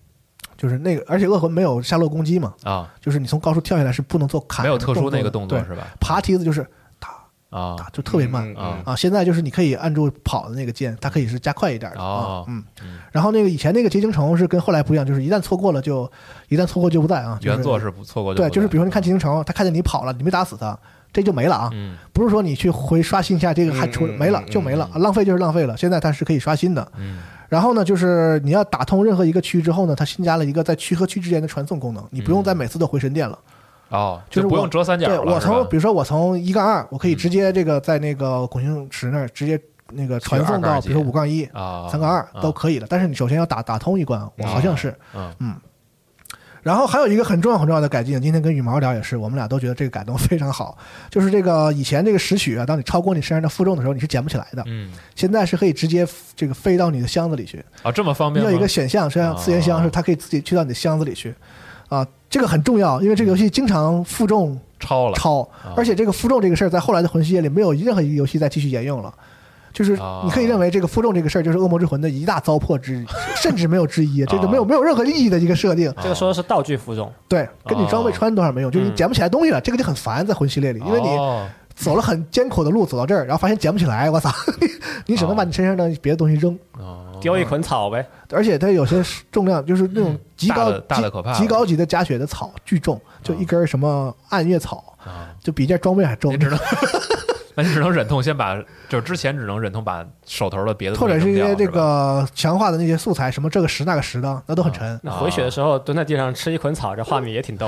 就是那个，而且恶魂没有下落攻击嘛，啊，就是你从高处跳下来是不能做砍没人有的特动作的，殊那个动作对是吧？爬梯子就是啊打，就特别慢，嗯啊啊，现在就是你可以按住跑的那个键，它可以是加快一点的、哦啊，嗯嗯。然后那个以前那个结晶城是跟后来不一样，就是一旦错过了就一旦错过就不在啊。就是原作是不错过对，就是比如说你看见结晶城，他看见你跑了，你没打死他，这就没了啊。嗯不是说你去回刷新一下这个还出嗯嗯没了嗯就没了，浪费就是浪费了。现在它是可以刷新的。嗯然后呢，就是你要打通任何一个区之后呢，它新加了一个在区和区之间的传送功能，你不嗯用再每次都回神殿了。哦，就是不我用折三角对了，我是吧嗯从比如说我从一杠二，我可以直接这个在那个拱形池那儿直接那个传送去二杠到，几比如说五杠一、啊三杠二啊都可以的。但是你首先要打打通一关，我好像是。嗯然后还有一个很重要很重要的改进，今天跟羽毛聊也是，我们俩都觉得这个改动 非常好，就是这个以前这个拾取啊，当你超过你身上的负重的时候，你是捡不起来的，嗯现在是可以直接这个飞到你的箱子里去。啊，这么方便要吗？有一个选项，像资源箱哦是它可以自己去到你的箱子里去，啊，这个很重要，因为这个游戏经常负重超了啊超，而且这个负重这个事儿在后来的魂系列里没有任何一个游戏再继续沿用了。就是哦你可以认为这个负重这个事儿就是恶魔之魂的一大糟粕之，甚至没有 之一，这就啊没有没有任何意义的一个设定。这个说的是道具服众，对，跟你啊装备穿多少没用，就是你捡不起来东西了，这个就很烦，在魂系列里，因为你嗯哦走了很艰苦的路走到这儿，然后发现捡不起来，我操，你你只能啊把你身上的别的东西扔。哦丢一捆草呗，而且它有些是重量就是那种极嗯大高、的大的可怕极极高级的加血的草巨重，就一根什么暗月草，啊，就比这装备还重你，只能。那你只能忍痛先把，就是之前只能忍痛把手头的别的或东西者是一扔掉些这吧嗯个强化的那些素材，什么这个石那个石的，那都很沉。那回血的时候蹲在地上吃一捆草，这画面也 挺逗。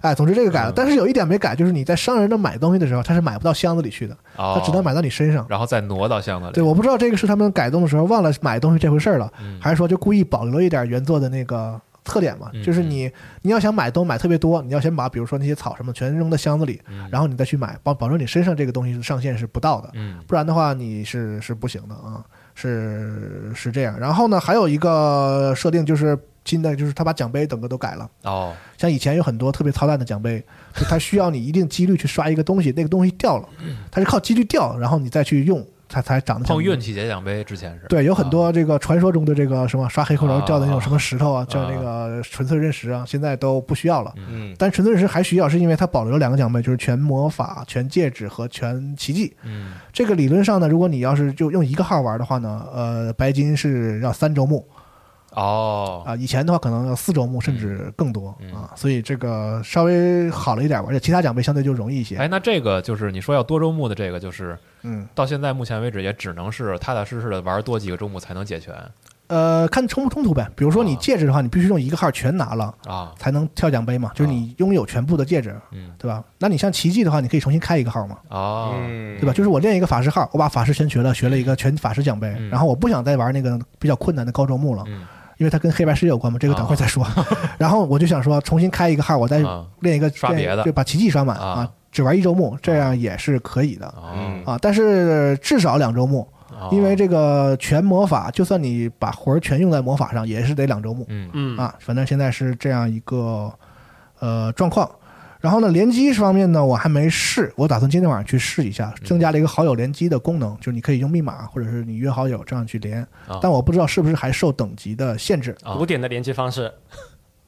哎，总之这个嗯改了，但是有一点没改，就是你在商人那买东西的时候，它是买不到箱子里去的，哦它只能买到你身上。然后再挪到箱子对，里。我不知道这个是他们改动的时候忘了买东西这回事儿了，嗯还是说就故意保留一点原作的那个特点嘛？嗯就是你你要想买都买特别多，你要先把比如说那些草什么全扔到箱子里，然后你再去买，保保证你身上这个东西是上限是不到的，嗯不然的话你是是不行的啊，是是这样。然后呢，还有一个设定就是新的，就是他把奖杯整个都改了。哦像以前有很多特别操蛋的奖杯，就它需要你一定几率去刷一个东西，那个东西掉了，它是靠几率掉，然后你再去用，它才长得碰像运气解奖杯之前是对，有很多这个传说中的这个什么刷黑骷髅掉的那种什么石头啊，叫啊那个纯粹认识啊，现在都不需要了。嗯但纯粹认识还需要，是因为它保留了两个奖杯，就是全魔法、全戒指和全奇迹。嗯这个理论上呢，如果你要是就用一个号玩的话呢，呃，白金是要三周目哦啊、以前的话可能要四周目甚嗯至更多啊，所以这个稍微好了一点吧，而且其他奖杯相对就容易一些。哎，那这个就是你说要多周目的这个，就是嗯，到现在目前为止也只能是踏踏实实的玩多几个周目才能解全呃，看冲不冲突呗。比如说你啊戒指的话，你必须用一个号全拿了。啊。才能跳奖杯嘛，就是你拥有全部的戒指，嗯对吧？那你像奇迹的话，你可以重新开一个号嘛，哦，嗯对吧？就是我练一个法师号，我把法师先学了，学了一个全法师奖杯，嗯然后我不想再玩那个比较困难的高周目了，嗯哦因为它跟黑白世界有关嘛，这个等会儿再说。 然后我就想说，重新开一个号，我再啊练一个刷别的练对，把奇迹刷满啊啊，只玩一周目，这样也是可以的嗯哦，啊。但是至少两周目，哦因为这个全魔法，就算你把魂儿全用在魔法上，也是得两周目。嗯嗯，啊，反正现在是这样一个呃状况。然后呢，联机方面呢，我还没试，我打算今天晚上去试一下，嗯增加了一个好友联机的功能，就是你可以用密码或者是你约好友这样去连啊，但我不知道是不是还受等级的限制。啊古典的联机方式，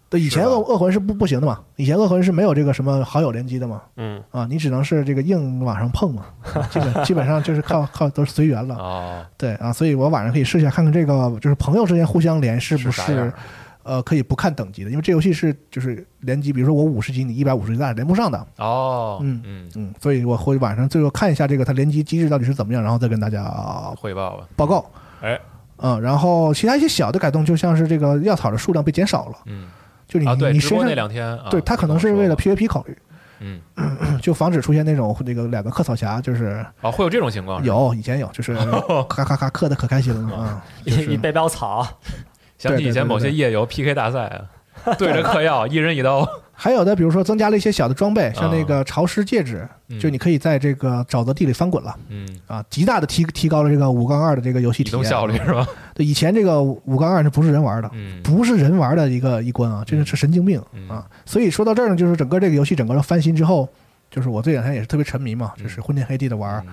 对，以前是吧恶恶魂是不不行的嘛，以前恶魂是没有这个什么好友联机的嘛，嗯，啊，你只能是这个硬往上 碰嘛，啊基本基本上就是靠靠都是随缘了。哦对啊，所以我晚上可以试一下，看看这个就是朋友之间互相连是不是啥样是呃可以不看等级的，因为这游戏是就是联级，比如说我五十级，你一百五十级，咱俩连不上的。哦，嗯嗯，嗯，所以我会晚上最后看一下这个它联机机制到底是怎么样，然后再跟大家汇报吧，报告。哎，嗯，然后其他一些小的改动，就像是这个药草的数量被减少了，嗯就是你、啊，对，你直身播上那两天，啊对他可能是为了，PVP 考虑，嗯，就防止出现那种那个两个克草侠，就是哦，会有这种情况，有以前有， 就是咔咔咔刻的可开心了哦啊。一一背包草，想起对对以前对某对些夜游 PK 大赛 啊，对着嗑药，一人一刀，还有的比如说增加了一些小的装备，像那啊个潮湿戒指， 就你可以在这个沼泽地里翻滚了嗯，啊，极大的提提高了这个五杠二的这个游戏移体动验效率。 是吧？对，以前这个五杠二是不是人玩的？嗯，不是人玩的一个一关啊，真的是神经病嗯啊！所以说到这儿呢，就是整个这个游戏整个的翻新之后，就是我这两天也是特别沉迷嗯嘛，就是昏天黑地的玩儿，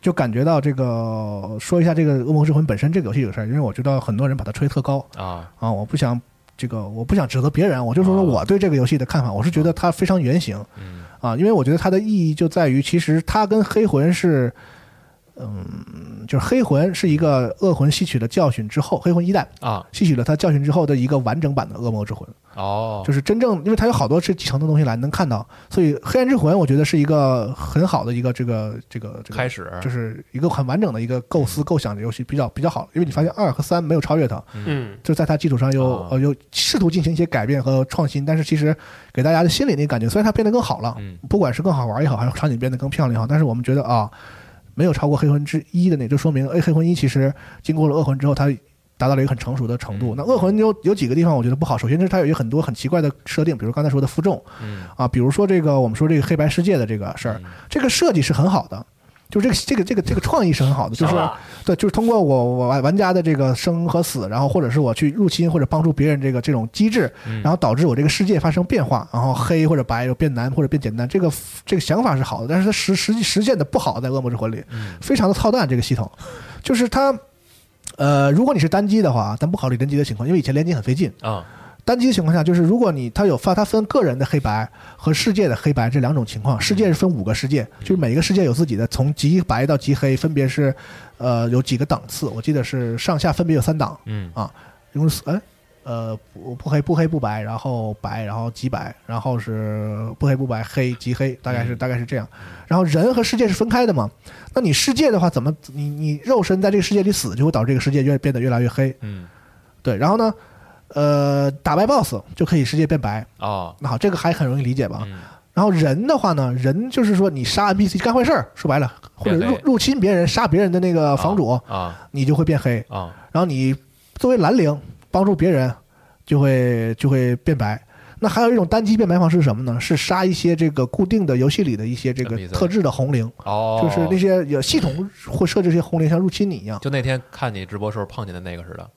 就感觉到这个说一下这个《恶魔之魂》本身这个游戏有事儿，因为我知道很多人把它吹特高啊，啊，我不想这个我不想指责别人，我就说说哦我对这个游戏的看法，我是觉得它非常原型啊嗯啊，因为我觉得它的意义就在于其实它跟黑魂是。嗯，就是黑魂是一个恶魂吸取了教训之后，黑魂一代啊，吸取了他教训之后的一个完整版的《恶魔之魂》，哦，就是真正，因为它有好多是继承的东西来能看到，所以《黑暗之魂》我觉得是一个很好的一个这个这个这个开，始就是一个很完整的一个构思构想的游戏，比较比较好，因为你发现二和三没有超越它，嗯，就在它基础上又、哦呃又试图进行一些改变和创新，但是其实给大家的心里那个感觉，虽然它变得更好了，嗯不管是更好玩也好，还是场景变得更漂亮也好，但是我们觉得啊，没有超过黑魂之一的那，就说明哎，黑魂一其实经过了恶魂之后，它达到了一个很成熟的程度。嗯那恶魂有有几个地方我觉得不好，首先是它有一个很多很奇怪的设定，比如刚才说的负重嗯啊，比如说这个我们说这个黑白世界的这个事儿，这个设计是很好的。就这个这个这个这个创意是很好的，就是是说吧啊对，就是通过我我玩玩家的这个生和死，然后或者是我去入侵或者帮助别人这个这种机制，嗯然后导致我这个世界发生变化，然后黑或者白又变难或者变简单，这个这个想法是好的，但是它实实际实践的不好，在《恶魔之魂》里非常的操蛋这个系统，就是它。呃，如果你是单机的话，咱不考虑联机的情况，因为以前联机很费劲。啊，单机的情况下，就是如果你它有发，它分个人的黑白和世界的黑白这两种情况。世界是分五个世界，就是每一个世界有自己的，从极白到极黑，分别是呃有几个档次，我记得是上下分别有三档嗯啊，一共是哎呃不不黑不黑不白，然后白，然后极白，然后是不黑不白黑极黑，大概是大概是这样。然后人和世界是分开的嘛，那你世界的话，怎么你你肉身在这个世界里死，就会导致这个世界越变得越来越黑。嗯，对，然后呢，呃，打败 BOSS 就可以世界变白。哦，那好，这个还很容易理解吧？嗯然后人的话呢，人就是说你杀 NPC 干坏事儿，说白了，或者变黑入入侵别人、杀别人的那个房主，啊你就会变黑。啊，然后你作为蓝领帮助别人，就会就会变白。那还有一种单机变白方式是什么呢？是杀一些这个固定的游戏里的一些这个 NPC 特制的红灵，哦，就是那些有系统会设置这些红灵，像入侵你一样。就那天看你直播时候碰见的那个似的，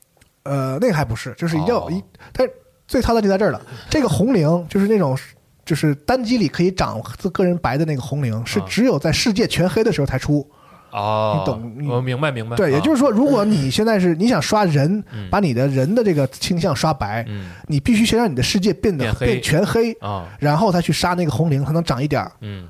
呃，那个还不是，就是要有哦一，但是最操蛋就在这儿了。这个红绫就是那种，就是单机里可以长自个人白的那个红绫，是啊只有在世界全黑的时候才出。哦，你懂你我明白明白，，对，也就是啊是说，如果你现在是你想刷人，把你的人的这个倾向刷白，嗯你必须先让你的世界变得变黑变全黑，啊，然后再去杀那个红绫，才能长一点儿。嗯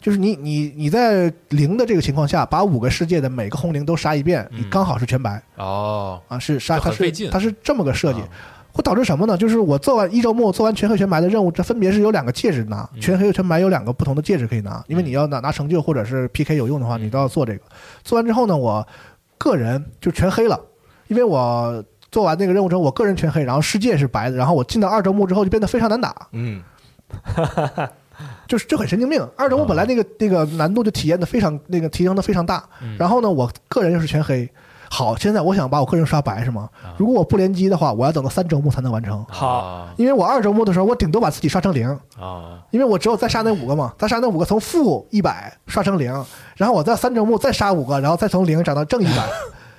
就是你你你在零的这个情况下，把五个世界的每个红绫都杀一遍，你嗯刚好是全白。哦，啊，是杀就它很是费劲它是这么个设计啊，会导致什么呢？就是我做完一周目做完全黑全白的任务，这分别是有两个戒指嗯拿，全黑和全白有两个不同的戒指可以拿，因为你要拿拿成就或者是 PK 有用的话，嗯你都要做这个。做完之后呢，我个人就全黑了，因为我做完那个任务之后，我个人全黑，然后世界是白的，然后我进到二周目之后就变得非常难打，嗯，就是就很神经病。二周目本来那个那个难度就体验的非常那个提升的非常大，然后呢，我个人又是全黑。好，现在我想把我个人刷白是吗？如果我不联机的话，我要等到三周目才能完成，好，因为我二周目的时候，我顶多把自己刷成零，啊，因为我只有再杀那五个嘛，再杀那五个从负一百刷成零，然后我在三周目再杀五个，然后再从零涨到正一百，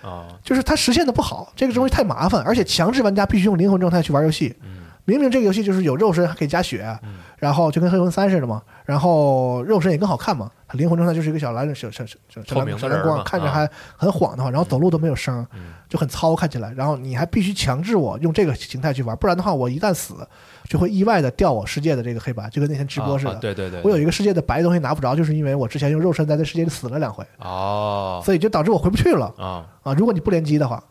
啊，就是它实现的不好，这个东西太麻烦，而且强制玩家必须用灵魂状态去玩游戏。明明这个游戏就是有肉身还可以加血，然后就跟黑魂三似的嘛，然后肉身也更好看嘛，灵魂状态就是一个小蓝小小小小小透明蓝的小蓝人儿光，嘛看着啊嗯还很晃的慌，然后走路都没有声儿，就很糙看起来。然后你还必须强制我用这个形态去玩，不然的话我一旦死就会意外的掉我世界的这个黑白，就跟那天直播似啊的。啊对对对，我有一个世界的白东西拿不着，就是因为我之前用肉身在这世界里死了两回，哦所以就导致我回不去了。啊啊，如果你不联机的话，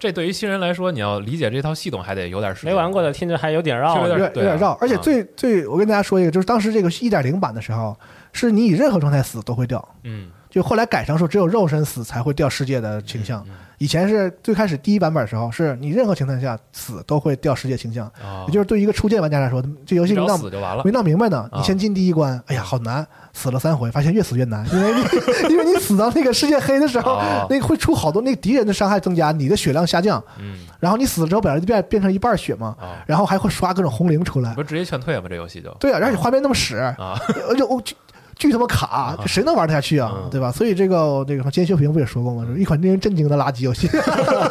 这对于新人来说，你要理解这套系统还得有点时间。没玩过的听着还有点绕是有呢，有点点有对啊点绕。而且啊最最，我跟大家说一个，就是当时这个一点零版的时候，是你以任何状态死都会掉，嗯，就后来改成说只有肉身死才会掉世界的倾向。嗯以前是最开始第一版本的时候，是你任何情况下死都会掉世界倾向，啊，也就是对于一个初见玩家来说，这游戏你没只要闹死就完了没。闹明白呢。啊你先进第一关，哎呀好难，死了三回，发现越死越难，因为你 因为你死到那个世界黑的时候哦，那个会出好多那个敌人的伤害增加，你的血量下降，嗯，然后你死了之后本来就变变成一半血嘛哦，然后还会刷各种红灵出来不。是直接劝退吗？这游戏就对啊，而且画面那么屎， 呃啊，而且我巨巨他妈卡，谁能玩得下去啊？嗯对吧？所以这个这个什么，今天修平不也说过吗？说一款令人震惊的垃 圾游戏，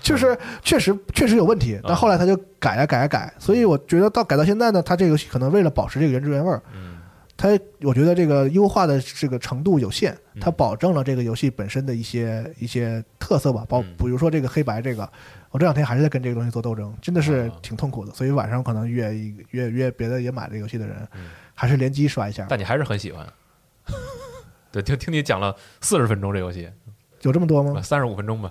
就是确实确实有问啊题，但后来他就改啊呀改呀改，所以我觉得到改到现在呢，他这个游戏可能为了保持这个原汁原味儿，嗯他我觉得这个优化的这个程度有限，嗯它保证了这个游戏本身的一些一些特色吧，包嗯比如说这个黑白这个。我这两天还是在跟这个东西做斗争，真的是挺痛苦的。所以晚上可能约一个约约别的也买这个游戏的人，还是联机刷一下。但你还是很喜欢。 对，听听你讲了四十分钟这游戏，有这么多吗？三十五分钟吧。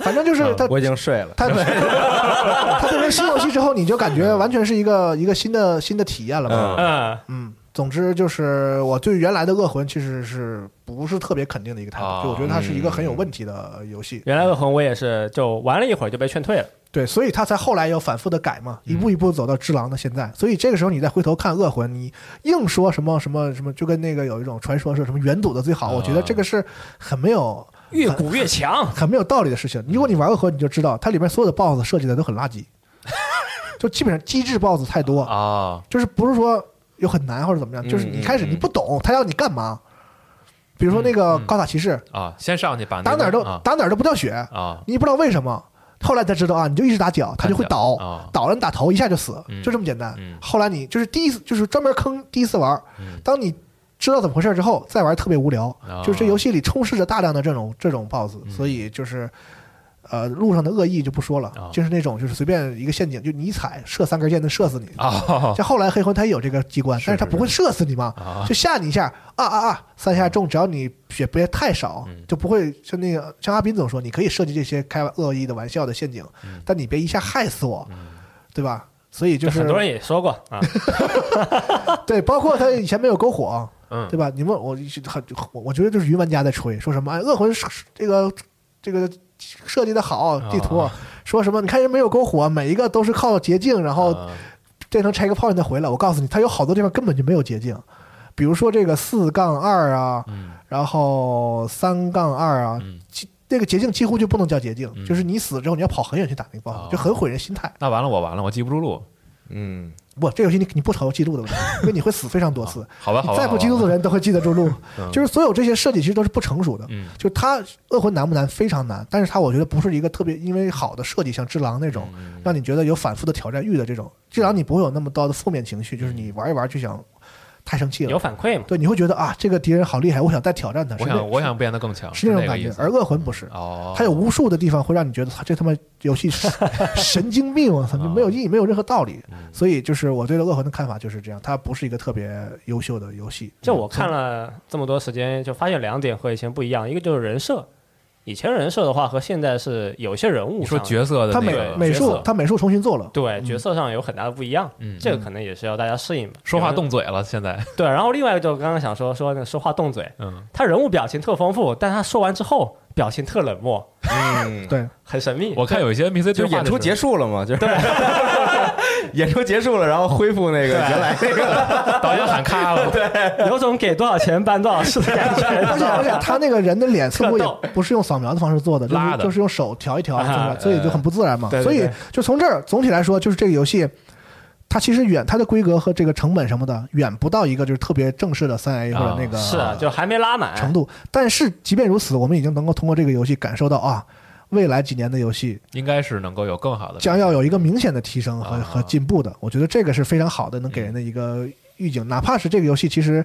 反正就是它，我已经睡 了。它本它变成新游戏之后，你就感觉完全是一个一个新的新的体验了嘛。嗯，嗯，总之就是我对原来的恶魂其实是不是特别肯定的一个态啊度，就我觉得它是一个很有问题的游戏。原来恶魂我也是就玩了一会儿就被劝退了， 对，所以他才后来要反复的改嘛，一嗯步一步走到只狼的现在。所以这个时候你再回头看恶魂，你硬说什么什么什么，就跟那个有一种传说是什么原赌的最好，我觉得这啊个是很没有越鼓越强，很没有道理的事情。如果你玩恶魂，你就知道它里面所有的 BOSS 设计的都 很垃圾，就基本上机制 BOSS 太多，啊，嗯就是不是说有很难或者怎么样，就是你开始你不懂他要你干嘛。比如说那个高塔骑士，啊，先上去把那打哪儿都啊打哪儿都不掉血，啊你不知道为什么。后来才知道啊，你就一直打脚，他就会倒看脚啊，倒了你打头一下就死，嗯就这么简单嗯。后来你就是第一次，就是专门坑第一次玩儿，当你知道怎么回事之后，再玩儿特别无聊啊。嗯就是这游戏里充斥着大量的这种这种 BOSS，所以就是。呃，路上的恶意就不说了啊，就是那种就是随便一个陷阱，就你一踩射三根箭能射死你。啊像后来黑魂它也有这个机关，但是它是不会射死你嘛，就吓你一下，啊啊啊，三下中，只要你血别太少，就不会像那个像阿斌总说，你可以设计这些开恶意的玩笑的陷阱，但你别一下害死我，对吧？所以就是很多人也说过 啊，对，包括他以前没有篝火，嗯对吧？你们我很我我觉得就是云玩家在吹，说什么哎，恶魂是这个这个设计的好，地图、啊说什么？你看人没有篝火，每一个都是靠捷径，然后啊变成 checkpoint 再回来。我告诉你，它有好多地方根本就没有捷径，比如说这个四杠二啊，然后三杠二啊，几那个捷径几乎就不能叫捷径，就是你死之后你要跑很远去打那个 boss，、哦就很毁人心态。那完了，我完了，我记不住路。嗯，不，这游戏你你不愁记录的问题，因为你会死非常多次。好吧，好吧，啊再好不吧基督的人都会记得住路，就是所有这些设计其实都是不成熟的。嗯就是它恶魂难不难？非常难，但是它我觉得不是一个特别因为好的设计，像只狼那种嗯让你觉得有反复的挑战欲的这种。只狼你不会有那么多的负面情绪，嗯就是你玩一玩就想太生气有了，反馈嘛，对，你会觉得啊这个敌人好厉害，我想再挑战他。我是那想我想变得更强，是那种那个感意觉，思而恶魂不是。哦，它有无数的地方会让你觉得操这他妈游 戏是神经病，啊我操，就哦没有意义，没有任何道嗯理。所以就是我对恶魂的看法就是这样，它不是一个特别优秀的游戏。嗯就我看了这么多时间，就发现两点和以前不一样，一个就是人设，以前人设的话和现在是有些人物你说上角色的他那美个美角术色，他美术重新做了。对角色上有很大的不一样，嗯这个可能也是要大家适应吧。说话有人动嘴了，现在对，然后另外一个就刚刚想说说那个说话动嘴，嗯，他人物表情特丰富，但他说完之后表情特冷漠， 对，很神秘。我看有一些 NPC 嗯就对是演出结束，束了嘛，就是 演出结束了，然后恢复那个原来那个，导 演喊咔了，对，有种给多少钱办多少事的感觉。 而且而且他那个人的脸侧目 特逗也不是用扫描的方式做的，就是拉的就是用手调一调，就是啊所以就很不自然嘛。对对所以对就从这儿总体来说，就是这个游戏。它其实远，它的规格和这个成本什么的，远不到一个就是特别正式的三 A 或者那个 是啊，就还没拉满程度。但是即便如此，我们已经能够通过这个游戏感受到啊，未来几年的游戏应该是能够有更好的将要有一个明显的提升和、啊和进步的。我觉得这个是非常好的，能给人的一个预警。哪怕是这个游戏其实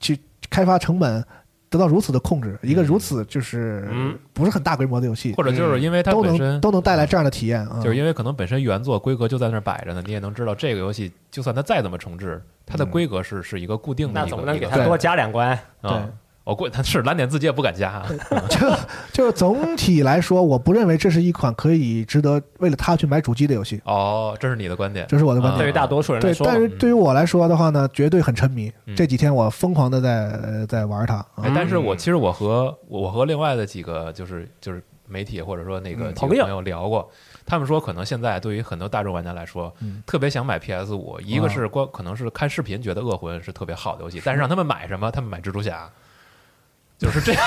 其开发成本得到如此的控制，一个如此就是嗯不是很大规模的游戏，或者就是因为它嗯都本能身嗯都能带来这样的体验啊。就是因为可能本身原作规格就在那儿摆着呢，你也能知道这个游戏嗯就算它再怎么重置，它的规格是是一个固定的一那个，总不能给一个他对多加两关？对啊，我估计他是蓝点字己也不敢加啊，就 就总体来说，我不认为这是一款可以值得为了它去买主机的游戏，哦，这是你的观点，这是我的观啊点。对于大多数人来对，说，但是对于我来说的话呢，绝对很沉迷。嗯这几天我疯狂的在呃在玩它啊哎，但是嗯我其实我和我我和另外的几个就是就是媒体或者说那个嗯几个朋友朋友聊过，他们说可能现在对于很多大众玩家来说，嗯特别想买 PS 五，一嗯个啊是光可能是看视频觉得《恶魂》是特别好的游戏，但是让他们买什么，他们买蜘蛛侠，就是这样，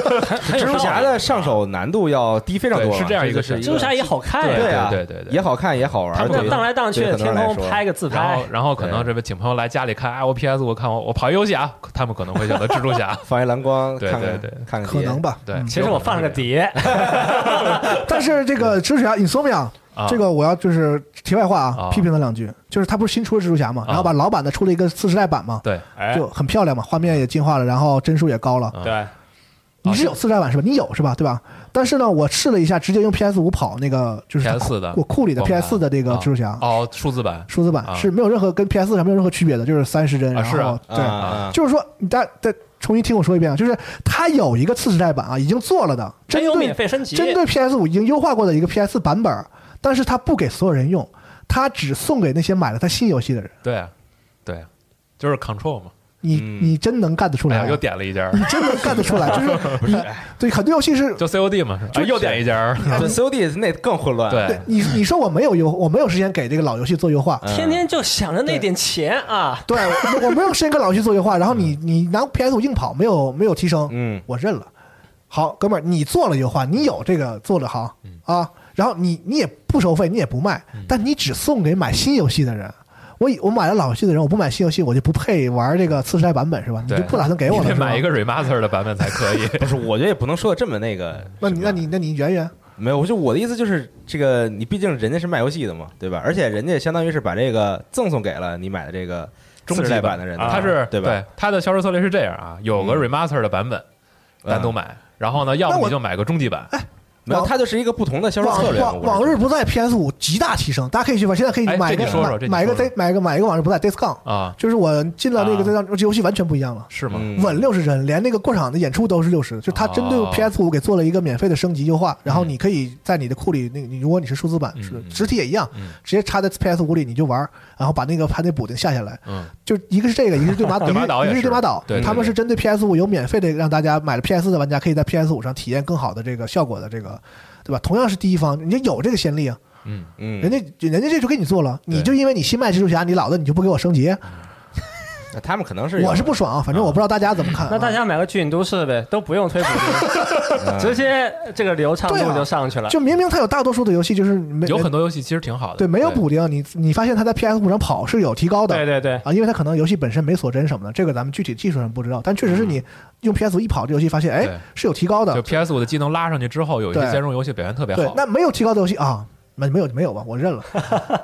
很蜘有蛛道侠理。的上手难度要低非常多对啊，是这样一个是选蜘择蛛侠也好看对呀，啊，对对对对也好看也好玩他儿，们啊对于荡来荡去对的很多天人来空说，拍个自然拍后，然后可能这边请朋友来家里看，哎，我 PS 五看我我跑一游戏啊，他们可能会选择蜘蛛侠 放一蓝光，对看看对对看看可碟能吧。哎嗯对，嗯 其实我放了个碟，但是这个蜘蛛侠 Insomnia 啊，这个我要就是题外话啊啊，批评他两句，就是他不是新出的蜘蛛侠嘛，然后把老版的出了一个次时代版嘛，对哎，就很漂亮嘛，画面也进化了，然后帧数也高了。啊对，你是有次时代版是吧？你有是吧？对吧？但是呢，我试了一下，直接用 PS 五跑那个就是 PS4 的我库里的光盘 PS 4的这个啊蜘蛛侠，哦，数字版数字版、啊是没有任何跟 PS 上没有任何区别的，就是三十帧，啊然是后、啊对、啊，就是说你大再重新听我说一遍啊，就是它有一个次时代版啊，已经做了的，针真有免对费升级，针对 PS 五已经优化过的一个 PS 版本，但是它不给所有人用，它只送给那些买了它新游戏的人。对啊对啊，就是 Control 嘛，你、嗯你真能干得出哎来、呀，啊又？点了一家你。真能干得出来，就是你对很多游戏 是就 COD 嘛，是吧？哎又点一家，这 COD 那更混乱，对对你你说我没有优，我没有时间给这个老游戏做优化，嗯天天就想着那点钱啊， 对我我没有时间给老游戏做优化，然后你嗯你拿 PS 五硬跑，没有没有提升，嗯我认了。好，哥们儿，你做了优化，你有这个做的好嗯啊，然后你你也不收费，你也不卖，但你只送给买新游戏的人。我以我买了老游戏的人，我不买新游戏，我就不配玩这个次时代版本是吧？你对就不打算 给我你了？得买一个？个 remaster 的版本才可 以。不是，我觉得也不能说的这么那个。那你那你那你圆圆，没有，我就我的意思就是，这个你毕竟人家是卖游戏的嘛，对嗯吧？而且人家相当于是把这个赠送给了你买的这个终次极世代版的人的，它是对吧？它的销售策略是这样啊，有个嗯 remaster 的版本，单独买，然后呢，要那么我哎你就买个终极版，没有，它就是一个不同的销售往策略嘛。往我是往觉日得不在 PS 五极大提升，大家可以去玩。现在可以哎买一这个你说说这买你买一个说说 Day 买一个买一个往日不在 d i s c o n 啊，就是我进了那个啊 d i s c o n 这游戏完全不一样了。是吗？嗯稳六十帧，连那个过场的演出都是六十，就它针对哦 PS 五给做了一个免费的升级优化，然后你可以在你的库里，那个你如果你是数字版，嗯是的嗯实体也一样嗯，直接插在 PS 五里你就玩儿，然后把那个盘内补丁下下来，嗯，就一个是这个，一个是对 马岛，对马岛一也个是是对马岛对，对他们对是针对 PS 五有免费的，让大家买了 PS 的玩家可以在 PS 五上体验更好的这个效果的这个，对吧？同样是第一方，人家有这个先例啊，嗯，人家人家这就给你做了，对你就因为你新卖蜘蛛侠，你老的你就不给我升级，那他们可能是有我是不爽啊，反正我不知道大家怎么看啊，那大家买个巨影都市呗，都不用推补丁，直接这个流畅度对啊就上去了。就明明它有大多数的游戏就是没有没很多游戏其实挺好的，对，没有补丁，你你发现它在 PS 五上跑是有提高的，对对对，啊，因为它可能游戏本身没锁帧什么的，这个咱们具体技术上不知道，但确实是你用 PS 五一跑，这游戏发现嗯对哎是有提高就的， PS 五的技能拉上去之后，有一些对兼容游戏表现特别对好，。那没有提高的游戏啊。那没有没有吧，我 认了。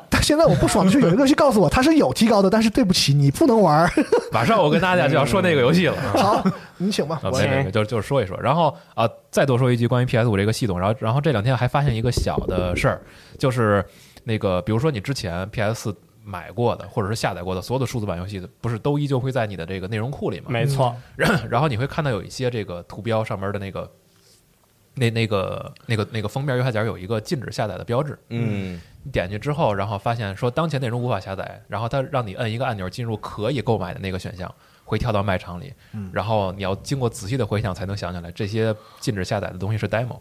但现在我不爽的是，有一个游戏告诉我它是有提高的，但是对不起，你不能 玩儿。马上我跟大家就要说那个游戏 了。好，你请吧，啊，我没没没，就就是说一说，然后啊、再多说一句关于 PS 五这个系统，然后然后这两天还发现一个小的事儿，就是那个比如说你之前 PS 四买过的或者是下载过的所有的数字版游戏，不是都依旧会在你的这个内容库里吗？没错， 然然后你会看到有一些这个图标上面的那个那那个那个那个封面右下角有一个禁止下载的标志，嗯你点进去之后，然后发现说当前内容无法下载，然后它让你摁一个按钮进入可以购买的那个选项，会跳到卖场里，嗯然后你要经过仔细的回想才能想起来，这些禁止下载的东西是 demo，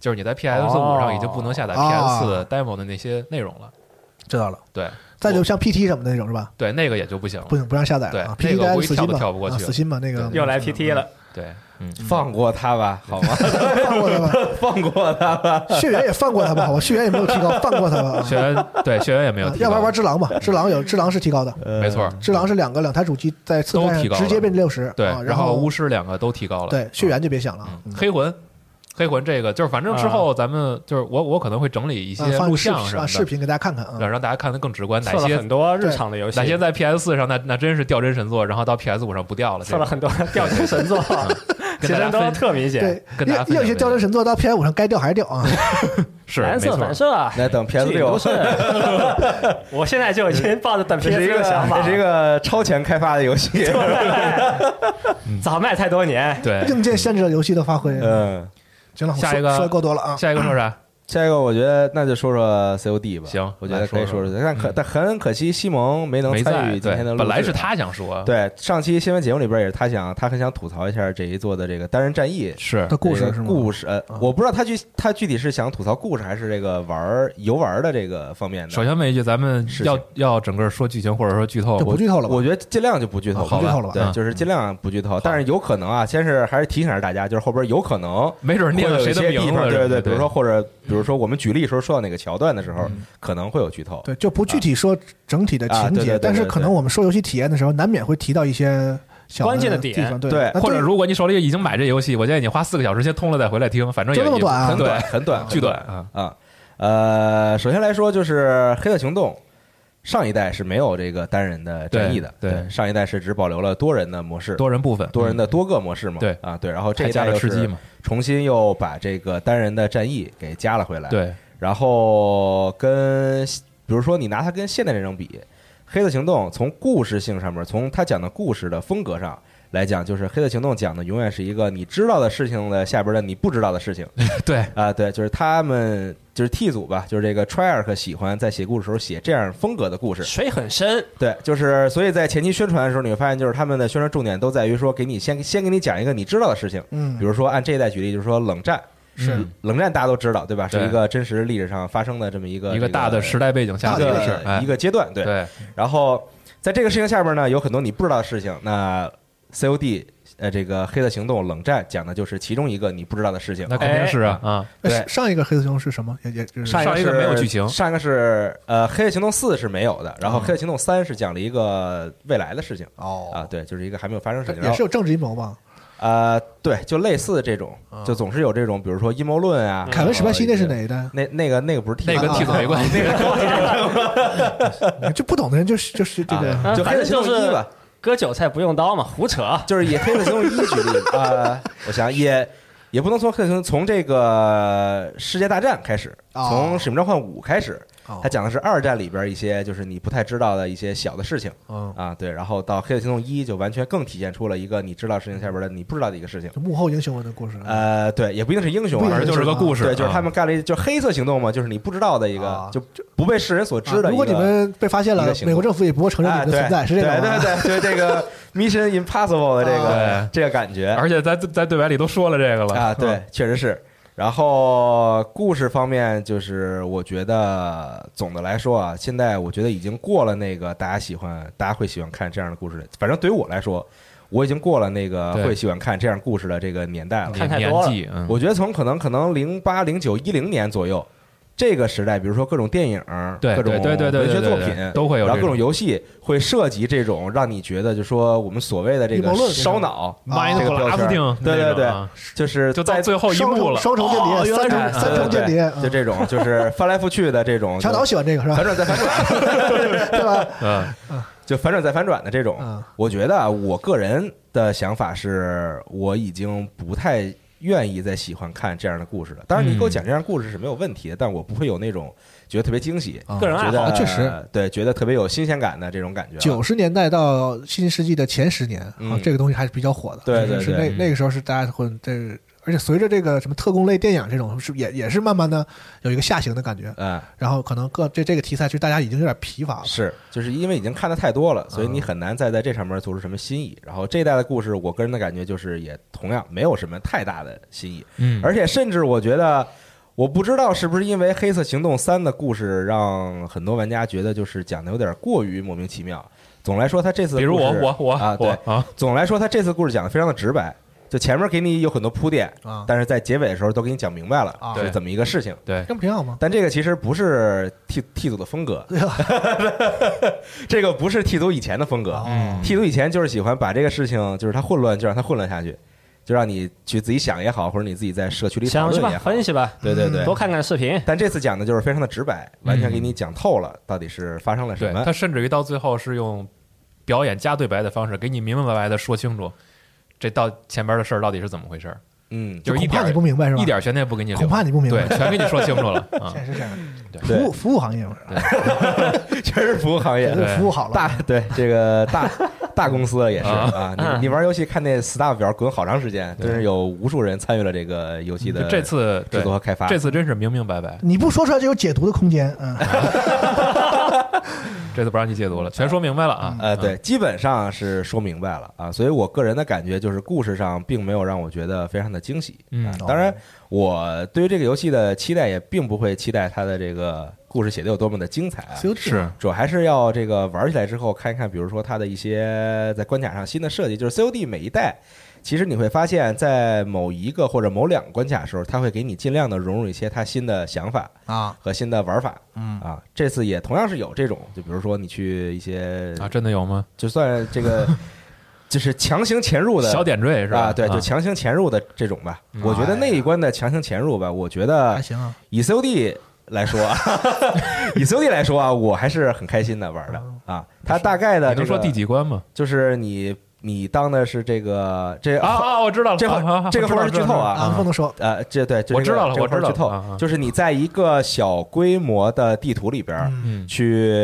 就是你在 PS 哦五上已经不能下载啊 PS 的 demo 的那些内容了。知道了。对再就像 PT 什么的那种是吧？对，那个也就不行不了。行，不让下载了啊。对那 PT 个大我家一死跳心都吧，跳不过啊去死心吧，那个又来 PT 了，对，嗯，放过他吧，好 吗？放过他吧，放过他吧。血缘也放过他吧，好吧，血缘也没有提高，放过他吧。啊学员对学员也没有啊提要到，玩玩只狼吧，只狼有只狼是提高的，没错，只狼是两个两台主机在次都提代高了直接变成六十，对，啊然然后后巫师两个都提高了，对血缘就别想了啊，嗯黑魂，黑魂这个就是反正之后咱们就是我我可能会整理一啊些放录视像什频么啊视的，频给大家看看嗯对，啊，让大家看得更直观，嗯哪测了些很多日常的游戏哪，些在 PS 四上那那真是掉帧神作，然后到 PS 五上不掉了，这测个 了很多吊车神作，写真跟大家都分特明显对，，跟大家要分享要有些这雕个神神作到 PS 五上该掉还是掉啊。是蓝色反，射啊，那等 PS 这也不六是， 我现在就已经抱着等这 PS 是一六个的想法这了，是一个超前开发的游 戏，早卖太多年没错，对，硬件限制了游戏的发挥。嗯。行了，我下说一个说的够多了啊。下一个说啥？下一个，我觉得那就说说 COD 吧。行我觉得来可以说说说但可嗯但很可惜，西蒙没能没参在与今对天的，录制。本来是他想说，对上期新闻节目里边也是他想，他很想吐槽一下这一座的这个单人战役是的故事这个是吗？啊故事，呃，我不知道他具他具体是想吐槽故事，还是这个玩儿游玩的这个方面的。首先问一句，咱们是要要整个说剧情或者说剧透就，不剧透了吧我觉得尽量就不剧透，啊好吧不剧透哦了吧对，嗯就是尽量不剧透，但是有可能啊，先是还是提醒一下大家，就是后边有可能没准会念了有谁一的些地名方，字，对对，对，嗯比如说或者比如说我们举例时候说到哪个桥段的时候，可能会有剧透。对，就不具体说整体的情啊对对对节，对但是可能我们说游戏体验的时候，难免会提到一些小关键的的点地方，对对那或者对如果你手里已经买这游戏，我建议你花四个小时先通了再回来听，反正也就那么短啊也很短，对，很 短，巨短很啊，啊。呃，首先来说就是《黑色行动》，上一代是没有这个单人的战役的，对对上一代是只保留了多人的模式，多人部分，多人的多个模式嘛，对啊对，然后这还一加代了又吃鸡是嘛，重新又把这个单人的战役给加了回来，，对，然后跟比如说你拿它跟现代战争比，《黑色行动》从故事性上面，从它讲的故事的风格上。来讲，就是《黑色行动》讲的永远是一个你知道的事情的下边的你不知道的事情，对， 啊，对， 就是他们就是 T 组吧，就是这个 Triarch 喜欢在写故事的时候写这样风格的故事。水很深，对，就是所以在前期宣传的时候，你会发现就是他们的宣传重点都在于说给你先先给你讲一个你知道的事情，嗯比，如说按这一代举例，就是说冷战，是冷战大家都知道，对吧？是嗯对一个真实历史上发生的这么一个一个大的时代背景下大的一的个事儿，哎一个阶段，对。对，然后在这个事情下边呢，有很多你不知道的事情。那 COD 呃，这个黑色行动冷战讲的就是其中一个你不知道的事情。那肯定是啊啊，那对哎上一个黑色熊是什么？也也就是上一个是没有剧情嗯上一个是呃《黑夜行动四》是没有的，然后《黑夜行动三》是讲了一个未来的事情啊，哦，对，就是一个还没有发生的事情。也然是后有政治阴谋吧？呃，对，就类似这种，就总是有这种，比如说阴谋论啊。凯文史派西那是哪一代？那那个那个不是 T 那个跟啊 T 组没关系，就不懂的人就是就是这个啊就黑夜行动一吧，割韭菜不用刀嘛，胡扯。就是以黑色行动一举例 啊，我想也也不能从黑色行动从这个世界大战开始，哦从使命召唤五开始，哦它讲的是二战里边一些就是你不太知道的一些小的事情。嗯，啊，对，然后到《黑色行动一》就完全更体现出了一个你知道事情下边的你不知道的一个事情。就幕后英雄们的故事。啊呃，对，也不一定是英雄啊，嗯不一反定正就是个故事，对，就是啊他们干了一就黑色行动嘛，就是你不知道的一个，啊就不被世人所知的啊一个。如果你们被发现一了个，行动美国政府也不会承认你哎们的对存在，是这个对吧？对对，就是这个 Mission Impossible 的这个啊这个感觉而且在在对白里都说了这个了啊，对，确实是。然后故事方面，就是我觉得总的来说啊，现在我觉得已经过了那个大家喜欢，大家会喜欢看这样的故事。反正对于我来说，我已经过了那个对会喜欢看这样故事的这个年代了。年看太年多了纪，嗯，我觉得从可能可能零八零九一零年左右这个时代，比如说各种电影，对各种对对对对文学对对作对品都会有然后这各种种游戏会涉及这种让你觉得就说我们所谓的这阴个谋论烧脑， mind 这个标签 blasting，对对那种对啊，就是就在到最后一双幕重了，双重间谍，三哎重三重间谍，嗯对对就这种就是翻来覆去的这 种，嗯。乔导喜欢这个是反 吧？转再反 转，对吧？嗯，就反转再反转的这种嗯，我觉得啊我个人的想法是，我已经不太。愿意再喜欢看这样的故事了。当然，你给我讲这样的故事是没有问题的，但我不会有那种觉得特别惊喜。啊个人觉爱好得确实，对，觉得特别有新鲜感的这种感觉了。九十年代到新世纪的前十年啊嗯，这个东西还是比较火的。对就对是对嗯那那个时候是大家会这，而且随着这个什么特工类电影这种，是也也是慢慢的有一个下行的感觉。嗯，然后可能各这这个题材，其实大家已经有点疲啊乏了。是，就是因为已经看的太多了，所以嗯你很难再在这上面做出什么新意。然后这一代的故事，我个人的感觉就是，也同样没有什么太大的新意，嗯而且甚至我觉得。我不知道是不是因为《黑色行动三》的故事让很多玩家觉得就是讲的有点过于莫名其妙。总来说，他这次的比如故我事我我啊，对我，啊，总的来说，他这次故事讲的非常的直白，就前面给你有很多铺垫啊，但是在结尾的时候都给你讲明白了啊是怎么一个事情。对，这不挺好吗？但这个其实不是 T T 组的风格，对吧？这个不是 T 组以前的风格。嗯 T 组以前就是喜欢把这个事情，就是它混乱，就让它混乱下去，就让你去自己想也好，或者你自己在社区里讨想去论吧也，好。分析吧，嗯对对对多。看看视频。但这次讲的就是非常的直白，完全给你讲透了到底是发生了什对么他。甚至于到最后是用表演加对白的方式给你明明白白的说清楚这到前边的事儿到底是怎么回事儿，嗯，就是一恐怕点你不明白是吧？一点悬念不给你留，恐怕你不明白对，全给你说清楚了啊现。在是这样的，服对务服务行业嘛，是吧全是服务行业对，对服务好了，大对这个大大公司也是啊啊，你你玩游戏看那 staff 表滚好长时间，真是有无数人参与了 这个游戏的嗯这次制对作和开发。这次真是明明白白，你不说出来就有解读的空间，嗯，这次不让你解读了，全说明白了啊。呃，对，基本上是说明白了啊，所以我个人的感觉就是故事上并没有让我觉得非常的惊喜。嗯哦啊 当然，我对于这个游戏的期待也并不会期待它的这个故事写的有多么的精彩啊，所以是主要还是要这个玩起来之后看一看，比如说它的一些在关卡上新的设计，就是 COD 每一代，其实你会发现在某一个或者某两个关卡的时候，它会给你尽量的融入一些它新的想法啊，和新的玩法。嗯啊，这次也同样是有这种，就比如说你去一些啊，真的有吗？就算这个 就是强行潜入的小点缀是吧？啊，对，就啊强行潜入的这种吧。嗯哎我觉得那一关的强行潜入吧，我觉得还行啊，以 COD 来说， 啊，以 COD 来说啊，我还是很开心的玩的啊。它大概的哦你这能说个第几关吗？就是你你当的是这个这啊啊，我知道了，这会儿啊啊这个我知道会儿是知道剧透啊啊，不能说，呃，这对，就我这知个道了这个我知会儿道剧了透啊啊就是你在一个小规模的地图里边儿嗯嗯，去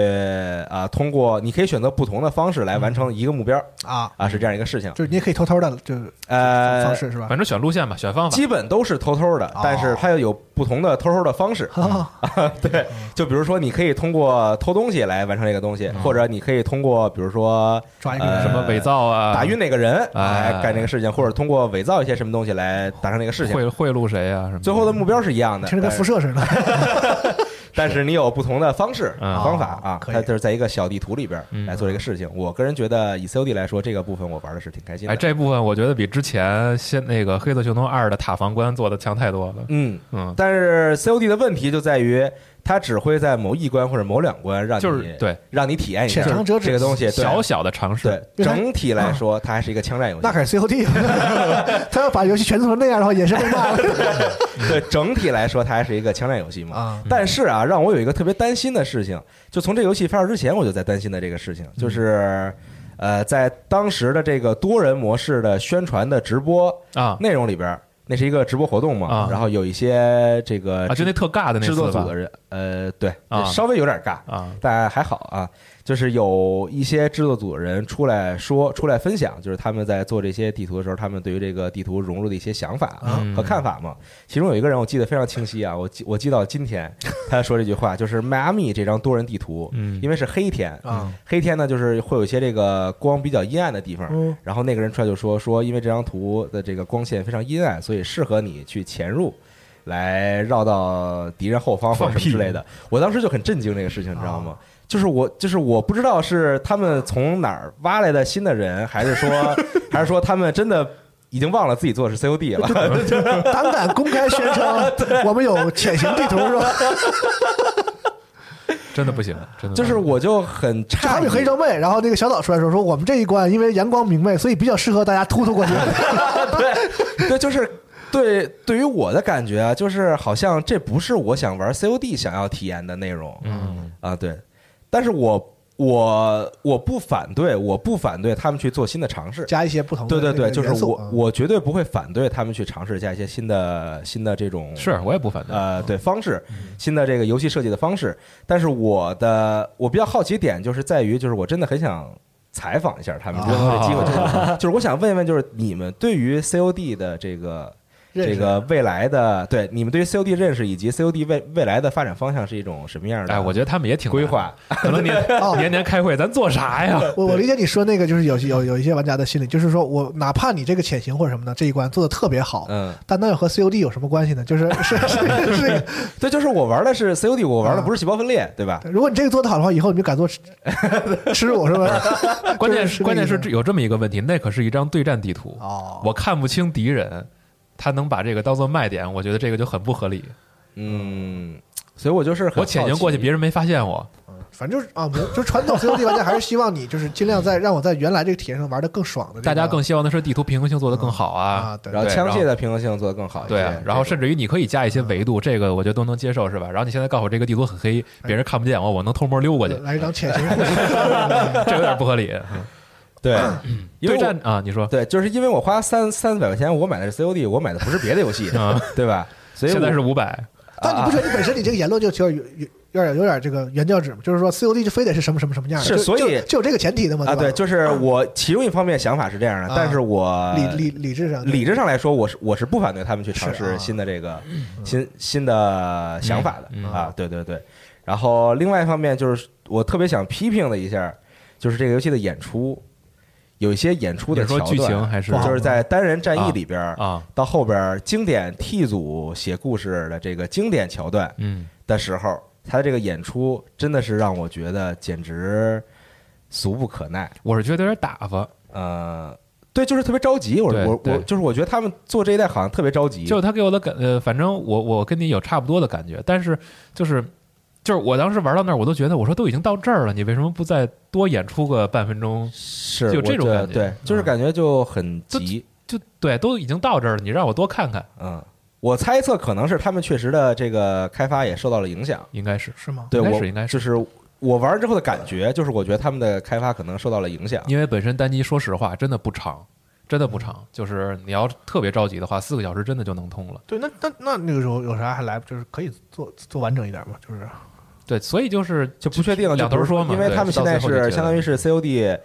啊、通过你可以选择不同的方式来完嗯成一个目标儿啊，啊，是这样一个事情。就是你也可以偷偷的，就是呃方，式是吧？反正选路线吧，选方法。基本都是偷偷的哦，但是它又有不同的偷偷的方式。啊，对，就比如说你可以通过偷东西来完成这个东西，嗯或者你可以通过比如说抓一个呃人什么伪造啊，打晕哪个人哎来干这个事情，或者通过伪造一些什么东西来达成这个事情。贿贿赂谁啊？什么的？最后的目标是一样的，听着但跟是辐射似的， 但是你有不同的方式、嗯方法啊，可以它就是在一个小地图里边嗯来做这个事情。我个人觉得以 COD 来说，这个部分我玩的是挺开心的。哎，这部分我觉得比之前先那个《黑色行动二》的塔防官做的强太多了。嗯，嗯，但是 COD 的问题就在于，它只会在某一关或者某两关让你就是对让你体验一下浅尝辄止这个东西。对小小的尝试，对，因为它整体来说，它还是一个枪战游戏。那可是 COD，他要把游戏全做成那样的话，也是被骂的对，整体来说，它还是一个枪战游戏嘛。啊。嗯但是 啊，让我有一个特别担心的事情，就从这游戏发售之前，我就在担心的这个事嗯情，就是，呃，在当时的这个多人模式的宣传的直播啊内容里边儿，那是一个直播活动嘛啊，然后有一些这个啊，就那特尬的那制作次组吧的人，呃，对啊，稍微有点尬，啊，但还好啊，就是有一些制作组的人出来说、出来分享，就是他们在做这些地图的时候，他们对于这个地图融入的一些想法啊嗯和看法嘛。其中有一个人我记得非常清晰啊，我记我记到今天他说这句话，就是迈阿密这张多人地图，嗯因为是黑天啊，黑天呢就是会有一些这个光比较阴暗的地方。嗯，然后那个人出来就说说，因为这张图的这个光线非常阴暗，所以适合你去潜入，来绕到敌人后方或者什么之类的。我当时就很震惊这个事情，你知道吗？就是我，就是我不知道是他们从哪儿挖来的新的人，还是说， 还是说他们真的已经忘了自己做的是 COD 了。胆敢公开宣称 我们有潜行地图是吧？真的不行，真的不行就是我就很就好诧比黑异，正妹，然后那个小岛出来说说我们这一关因为阳光明媚，所以比较适合大家突突过去。对，就是对对于我的感觉啊，就是好像这不是我想玩 COD 想要体验的内容。嗯啊，对，但是我我我不反对，我不反对他们去做新的尝试。 加一些不同对的对对，那个就是元素嗯啊我，我绝对不会反对他们去尝试一下一些新的新的这种是我也不反对，呃对方式，新的这个游戏设计的方式。但是我的我比较好奇点就是在于，就是我真的很想采访一下他们，如果有这机会，啊就是就是我想问一问，就是你们对于 COD 的这个认这识个未来的对你们对于 COD 认识以及 COD 未未来的发展方向是一种什么样的？哎，我觉得他们也挺规划，难，可能年哦 年年开会，咱做啥呀？我我理解你说那个就是有有有一些玩家的心理，就是说我哪怕你这个潜行或者什么的这一关做的特别好，嗯。但那又和 COD 有什么关系呢？就是是是是是对，就是我玩的是 COD，我玩的不是细胞分裂，对吧？如果你这个做得好的话，以后你就敢做吃吃我是吧？ 关键就是是关键这是个意思有这么一个问题，那可是一张对战地图，哦，我看不清敌人，他能把这个当做卖点，我觉得这个就很不合理。嗯，所以我就是很我潜行过去，好奇别人没发现我。反正就是啊，我就传统 COD 玩家还是希望你就是尽量在让我在原来这个体验上玩的更爽的这个，大家更希望的是地图平衡性做得更好啊，啊。对然后对枪然械后的平衡性做得更好一些。对啊，然后甚至于你可以加一些维度，这个我觉得都能接受，是吧？然后你现在告诉我这个地图很黑， 别人看不见我，我能偷摸溜过去，来一张潜行护士，这有点不合理。嗯对，因为对我战啊，你说对，就是因为我花三三四百块钱，我买的是 COD，我买的不是别的游戏，啊，对吧？所以现在我是五百，但你啊不觉得你本身你这个言论就有点有有点有点这个原教旨吗？就是说 COD 就非得是什么什么什么样的，是就所以就就有这个前提的嘛，啊，吧对，就是我其中一方面想法是这样的，啊但是我理理理智上理智上来说，我是我是不反对他们去尝是试啊新的这个新新的想法的、嗯嗯嗯啊，对对对。然后另外一方面就是我特别想批评的一下，就是这个游戏的演出，有一些演出你的是说桥剧段情还是不好就是在单人战役里边儿啊？到后边儿经典 T 组写故事的这个经典桥段嗯，的时候，他这个演出真的是让我觉得简直俗不可耐。我是觉得有点打发，呃，对，就是特别着急。我对我我对就是我觉得他们做这一代好像特别着急。就是他给我的感，呃，反正我我跟你有差不多的感觉，但是就是就是我当时玩到那儿，我都觉得我说都已经到这儿了，你为什么不再多演出个半分钟？是就我这种感觉嗯对，就是感觉就很急。就对，都已经到这儿了，你让我多看看，嗯，我猜测可能是他们确实的这个开发也受到了影响。应该是是吗？对应该我是应该是就是我玩之后的感觉，就是我觉得他们的开发可能受到了影响。因为本身单机，说实话真的不长，真的不长，就是你要特别着急的话，四个小时真的就能通了。对，那那那那个时候有啥还来不？就是可以做做完整一点嘛，就是对，所以就是就不确定了，两就头不是说嘛，因为对他们现在到最后就觉是得嗯相当于是 COD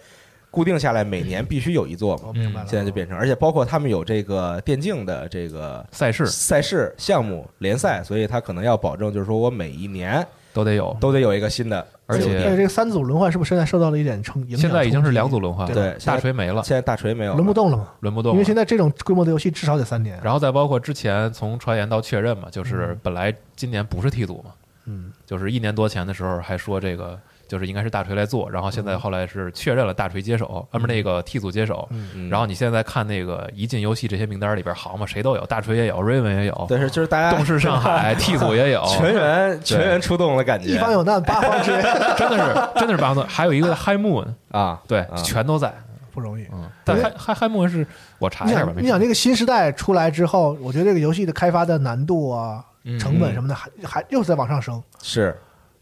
固定下来，每年必须有一座嘛我。明白了。嗯啊现在就变成，而且包括他们有这个电竞的这个赛事赛事项目联赛，所以他可能要保证，就是说我每一年都得有，都得有一个新的，而且因为这个三组轮换是不是现在受到了一点冲影响？现在已经是冲击两组轮换了，对现在大锤没了，现在大锤没有轮不了，动了嘛，轮不动了，因为现在这种规模的游戏至少得三年。然后再包括之前从传言到确认嘛，就是本来今年不是 T 组嘛，嗯，就是一年多前的时候还说这个就是应该是大锤来做，然后现在后来是确认了大锤接手，呃不是那个 T 组接手。嗯然后你现在看那个一进游戏这些名单里边，好嘛，谁都有，大锤也有，Raven 也有，但是就是大动家视上 海 T 组也有，全员全员出动的感觉，一方有难，八方支援，真的是真的是八方，还有一个 High Moon，啊，对啊，全都在。 不容易。嗯，但 High High High Moon 是我查你一下吧，想，没你事想这个新时代出来之后，我觉得这个游戏的开发的难度啊、嗯成本什么的，还还又是在往上升。是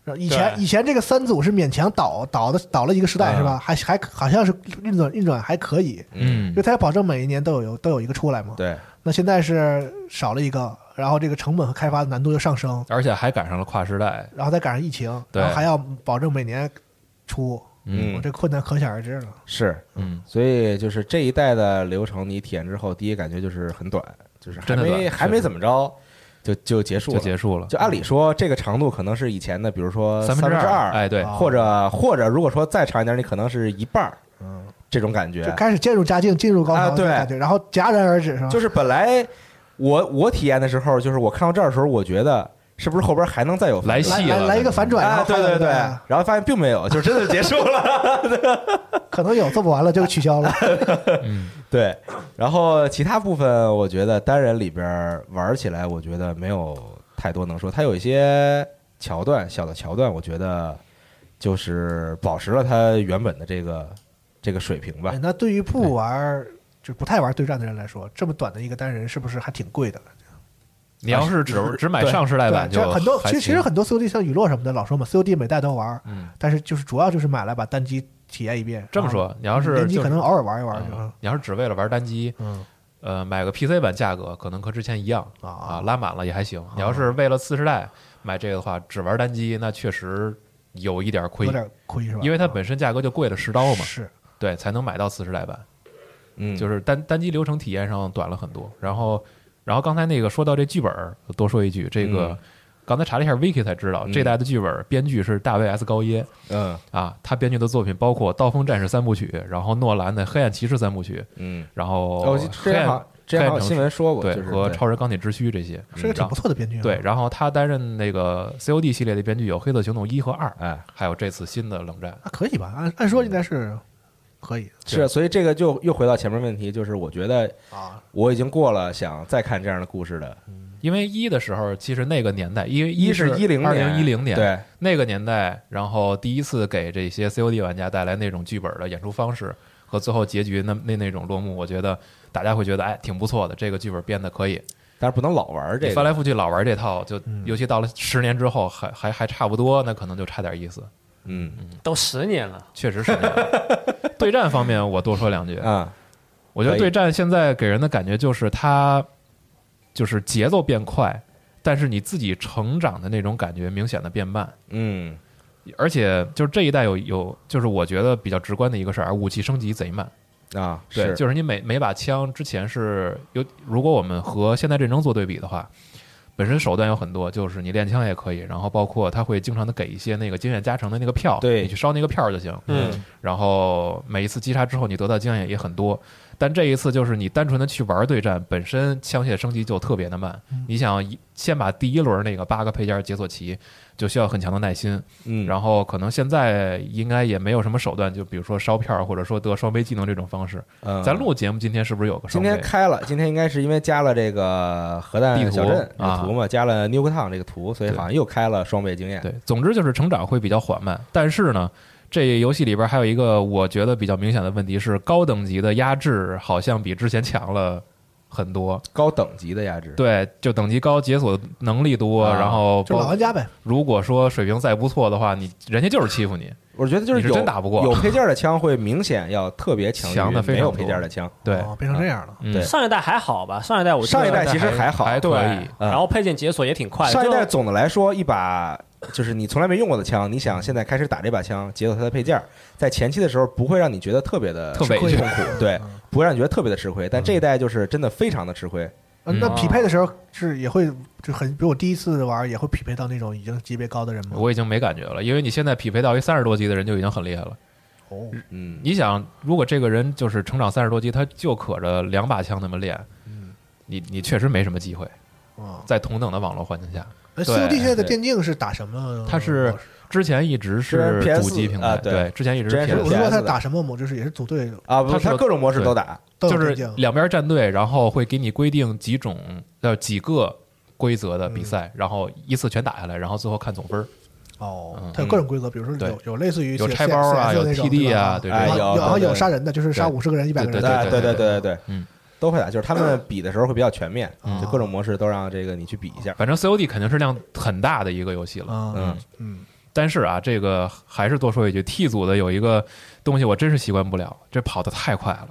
然后以前以前这个三组是勉强倒倒的倒了一个时嗯代是吧？还还好像是运转运转还可以，嗯因为，它要保证每一年都有都有一个出来嘛。对，那现在是少了一个，然后这个成本和开发难度又上升，而且还赶上了跨时代，然后再赶上疫情，对然后还要保证每年出，嗯我这困难可想而知了。是，嗯，所以就是这一代的流程，你体验之后，第一感觉就是很短，就是还真的没短还没是怎么着，就就结束就了。结束了，就按理说，这个长度可能是以前的，比如说三分分之之二，哎，对，啊或者或者如果说再长一点，你可能是一半儿嗯，这种感觉就。啊开始渐入佳境，进入高啊潮对的感觉，然后戛然而止是吧？就是本来我我体验的时候，就是我看到这儿的时候，我觉得是不是后边还能再有来戏？来戏来了来一个反转，然啊，后对看对看对，然后发现并没有，就真的就结束 了。可能有做不完了就取消了。嗯，对，然后其他部分，我觉得单人里边玩起来，我觉得没有太多能说。它有一些桥段，小的桥段，我觉得就是保持了它原本的这个这个水平吧哎。那对于不玩儿就不太玩对战的人来说，这么短的一个单人是不是还挺贵的？你要是只只买上世代版，啊对，就这很多还其实行其实很多 COD 像雨落什么的老说嘛，COD 每代都玩儿，嗯，但是就是主要就是买来把单机体验一遍。这么说，你要然后是联机就啊可能啊偶尔玩一玩就。嗯你要是只为了玩单机，嗯，呃，买个 PC 版价格可能和之前一样啊啊，拉满了也还行。你要是为了次世代买这个的话，只玩单机，那确实有一点亏有，点亏是吧？啊因为它本身价格就贵了十刀嘛，是对，才能买到次世代版。嗯，就是单单机流程体验上短了很多。然后，然后刚才那个说到这剧本儿，多说一句，这个、嗯刚才查了一下 Wiki 才知道，嗯这代的剧本儿编剧是大卫 S 高耶嗯啊，他编剧的作品包括《刀锋战士》三部曲，然后诺兰的《黑暗骑士》三部曲，嗯，然后哦，黑之前暗、好像之前好黑暗城像市新闻说过，对、就是和《超人钢铁之躯》这些，是个挺然不后错的编剧啊。嗯对，然后他担任那个 COD 系列的编剧，有《黑色行动一》和二，哎。还有这次新的冷战。那可以吧？按按说应该是可以是，所以这个就又回到前面问题，就是我觉得啊。我已经过了想再看这样的故事的。因为一的时候，其实那个年代，因为一是一零二零一零年，对，那个年代，然后第一次给这些 COD 玩家带来那种剧本的演出方式和最后结局那那那种落幕，我觉得大家会觉得哎挺不错的，这个剧本编的可以。但是不能老玩这个。翻来覆去老玩这套，就嗯尤其到了十年之后还还还差不多，那可能就差点意思。嗯，都十年了， 确实是那样，对战方面，我多说两句。啊，我觉得可以对战现在给人的感觉就是它就是节奏变快，但是你自己成长的那种感觉明显的变慢。嗯而且就是这一代有有，就是我觉得比较直观的一个事儿，武器升级贼慢。啊，对，是就是你每每把枪之前是有，如果我们和现代战争做对比的话，本身手段有很多，就是你练枪也可以，然后包括他会经常的给一些那个经验加成的那个票，对你去烧那个票就行。嗯，然后每一次击杀之后，你得到经验也很多。但这一次就是你单纯的去玩对战，本身枪械升级就特别的慢。你想一先把第一轮那个八个配件解锁齐，就需要很强的耐心。嗯，然后可能现在应该也没有什么手段，就比如说烧票或者说得双倍技能这种方式。嗯咱录节目今天是不是有个今双倍？天开了，今天应该是因为加了这个核弹地图小镇这啊个图嘛，加了 New Town 这个图，所以好像又开了双倍经验。对，总之就是成长会比较缓慢。但是呢，这游戏里边还有一个我觉得比较明显的问题是，高等级的压制好像比之前强了很多。高等级的压制，对，就等级高，解锁能力多，啊然后就是老包玩家呗，如果说水平再不错的话，你人家就是欺负你。我觉得就是你是有真打不过有配件的枪会明显要特别强于强得非没常有多配件的枪。对，哦，变成这样了。嗯对上一代还好吧？上一代我记得上一代其实还好，还对可以，嗯然后配件解锁也挺快。上一代就总的来说，一把就是你从来没用过的枪，你想现在开始打这把枪，解锁它的配件儿，在前期的时候不会让你觉得特别的特委痛屈苦，对，不会让你觉得特别的吃亏。但这一代就是真的非常的吃亏，呃嗯那匹配的时候是也会就很，比如我第一次玩也会匹配到那种已经级别高的人吗？我已经没感觉了，因为你现在匹配到一三十多级的人就已经很厉害了。哦，嗯，你想，如果这个人就是成长三十多级，他就可着两把枪那么练，嗯你你确实没什么机会。哦在同等的网络环境下，那嗯对 COD 哎现在的对电竞是打什么？它是之前一直是之前 PS 主机平啊台，对对，之前一直是之前是我 PS，是说 PS 他的打什么模式，也是组队啊，不它是，是它个各种模式对都打，都就有是电竞。两边站队，然后会给你规定几种呃几个规则嗯的比赛，然后依次全打下来，然后最后看总分儿。哦嗯，它有各种规则，比如说对有有类似于有 CS 拆包啊 CS 有那种 TD 啊对对吧哎然后有然后对有对杀人的，就是杀对五十个人、一百个对人的，啊对对对对对对，嗯，都会打，就是他们比的时候会比较全面，嗯就各种模式都让这个你去比一下。反正 COD 肯定是量很大的一个游戏了。啊，嗯，嗯，但是啊，这个还是多说一句，T 组的有一个东西我真是习惯不了，这跑得太快了，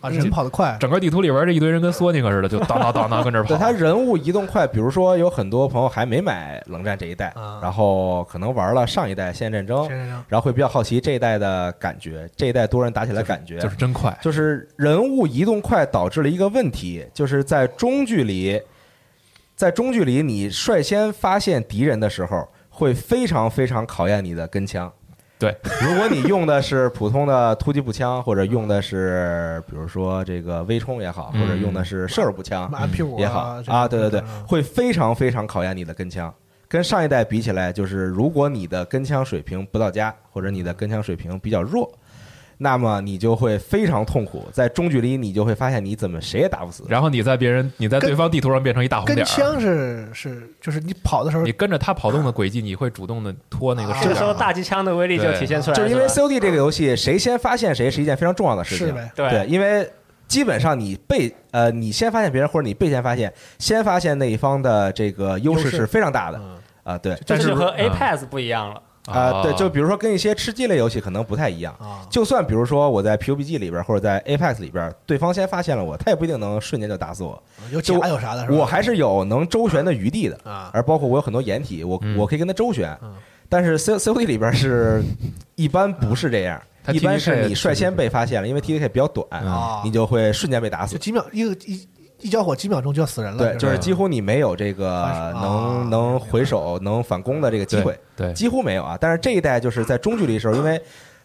啊，人跑得快，整个地图里边这一堆人跟索尼克似的，就当当当当跟这儿跑对。它人物移动快，比如说有很多朋友还没买冷战这一代啊，然后可能玩了上一代《现代战争》，先生生然后会比较好奇这一代的感觉，这一代多人打起来感觉，就是真快，就是人物移动快导致了一个问题，就是在中距离，在中距离你率先发现敌人的时候，会非常非常考验你的跟枪。对，如果你用的是普通的突击步枪，或者用的是比如说这个微冲也好，或者用的嗯是射手步枪马屁股也好啊，对对对，嗯会非常非常考验你的跟枪。跟上一代比起来，就是如果你的跟枪水平不到家，或者你的跟枪水平比较弱，那么你就会非常痛苦。在中距离，你就会发现你怎么谁也打不死。然后你在别人你在跟对方地图上变成一大红跟点儿，枪是是就是你跑的时候你跟着他跑动的轨迹，你会主动的拖那个啊视这角。个时候大机枪的威力就体现出来了，就是因为是吧 COD 这个游戏，谁先发现谁是一件非常重要的事是情。呗，对对，因为基本上你被呃你先发现别人，或者你被先发现，先发现那一方的这个优势优势是非常大的啊嗯、对，这但是就和 E 嗯 Apex 不一样了。啊、啊对，就比如说跟一些吃鸡类游戏可能不太一样。哦啊，就算比如说我在 PUBG 里边或者在 Apex 里边，对方先发现了我，他也不一定能瞬间就打死我，有甲就有啥啊的，是吧？我还是有能周旋的余地的。啊，而包括我有很多掩体，我嗯我可以跟他周旋嗯，但是 C C O D 里边是一般不是这样，他一般 TDK 是你率先被发现了，因为 T D K 比较短嗯，你就会瞬间被打就死。几秒一个一一交火，几秒钟就要死人了，对，就是吧几乎你没有这个啊能能回手、能反攻的这个机会。对，对几乎没有啊。但是这一代就是在中距离的时候，因为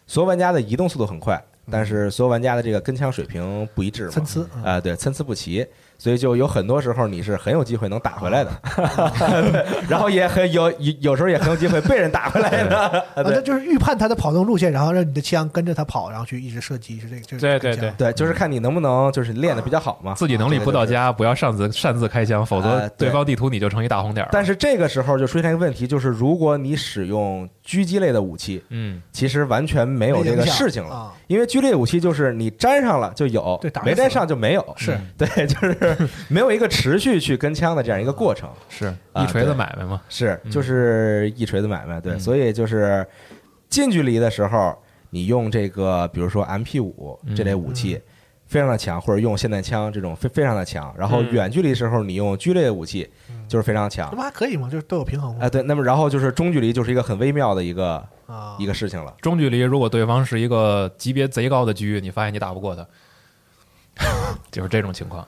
所有玩家的移动速度很快，但是所有玩家的这个跟枪水平不一致嘛，参差啊、对，参差不齐，所以就有很多时候你是很有机会能打回来的，对，然后也很有有有时候也很有机会被人打回来的，啊，那对。就是预判他的跑动路线，然后让你的枪跟着他跑，然后去一直射击，是这个，就是对这个对枪对，就是看你能不能就是练的比较好嘛。自己能力不到家，不要擅自擅自开枪，否则啊对对方地图你就成一大红点儿。但是这个时候就出现一个问题，就是如果你使用狙击类的武器，嗯，其实完全没有这没个影响事情了，啊因为狙击类武器就是你沾上了就有，对打不没沾死上就没有。是 对， 就是没有一个持续去跟枪的这样一个过程，嗯是啊一锤子对买卖嘛。是嗯就是一锤子买卖，对，嗯所以就是近距离的时候，你用这个，比如说 MP 五嗯这类武器，非常的强，或者用霰弹枪这种非非常的强。然后嗯远距离时候你用狙类武器嗯就是非常强这不。还可以吗？就是都有平衡哎，吗？对，那么然后就是中距离就是一个很微妙的一个啊，一个事情了。中距离，如果对方是一个级别贼高的狙，你发现你打不过他， 就是这种情况。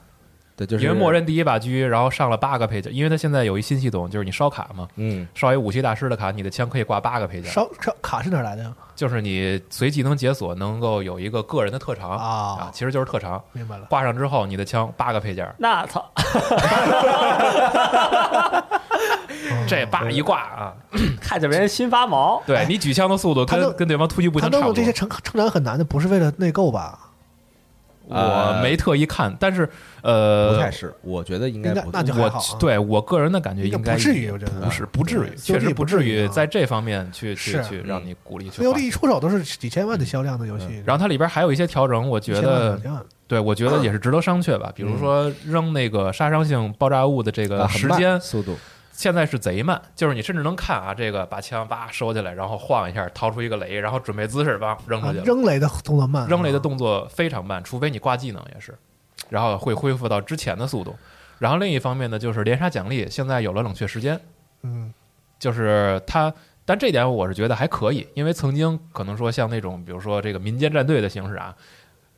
对，就是因为默认第一把狙，然后上了八个配件，因为它现在有一新系统，就是你烧卡嘛，嗯烧一武器大师的卡，你的枪可以挂八个配件，烧烧卡是哪儿来的呀？就是你随技能解锁能够有一个个人的特长啊啊，其实就是特长。明白了，挂上之后，你的枪八个配件，那操， 哦这叭一挂啊，看着别人心发毛。对你举枪的速度哎他跟弄跟对方突击步他枪差弄不的多这些。成成长很难的，不是为了内购吧？呃我没特意看，但是呃，不太是，我觉得应该应该不那就还好啊我对我个人的感觉应该应该不至于我觉得不是不至于，兄确弟实不至至于于啊在这方面去去是嗯去让你鼓励去自由花。力一出手都是几千万的销量的游戏，然后它里边还有一些调整，我嗯觉一千万得两千万对我 觉得也是值得商榷吧。比如说扔那个杀伤性爆炸物的这嗯呃啊个很时慢间，速度现在是贼慢，就是你甚至能看啊，这个把枪叭收起来，然后晃一下，掏出一个雷，然后准备姿势，叭扔出去啊了。扔雷的动作慢，啊扔雷的动作非常慢，除非你挂技能也是，然后会恢复到之前的速度。然后另一方面呢，就是连杀奖励现在有了冷却时间，嗯，就是它，但这点我是觉得还可以，因为曾经可能说像那种，比如说这个民间战队的形式啊，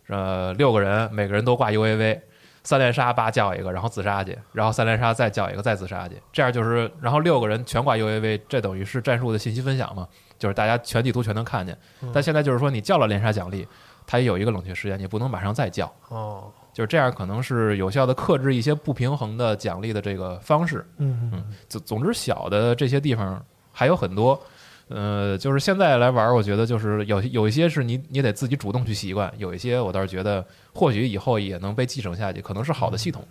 呃，六个人，每个人都挂 UAV，三连杀叭叫一个，然后自杀去，然后三连杀再叫一个再自杀去，这样就是，然后六个人全挂 UAV，这等于是战术的信息分享嘛，就是大家全地图全能看见。但现在就是说，你叫了连杀奖励，它也有一个冷却时间，你不能马上再叫。哦，就是这样，可能是有效的克制一些不平衡的奖励的这个方式。嗯嗯，嗯，总总之小的这些地方还有很多。呃，就是现在来玩儿，我觉得就是有有一些是你你得自己主动去习惯，有一些我倒是觉得或许以后也能被继承下去，可能是好的系统。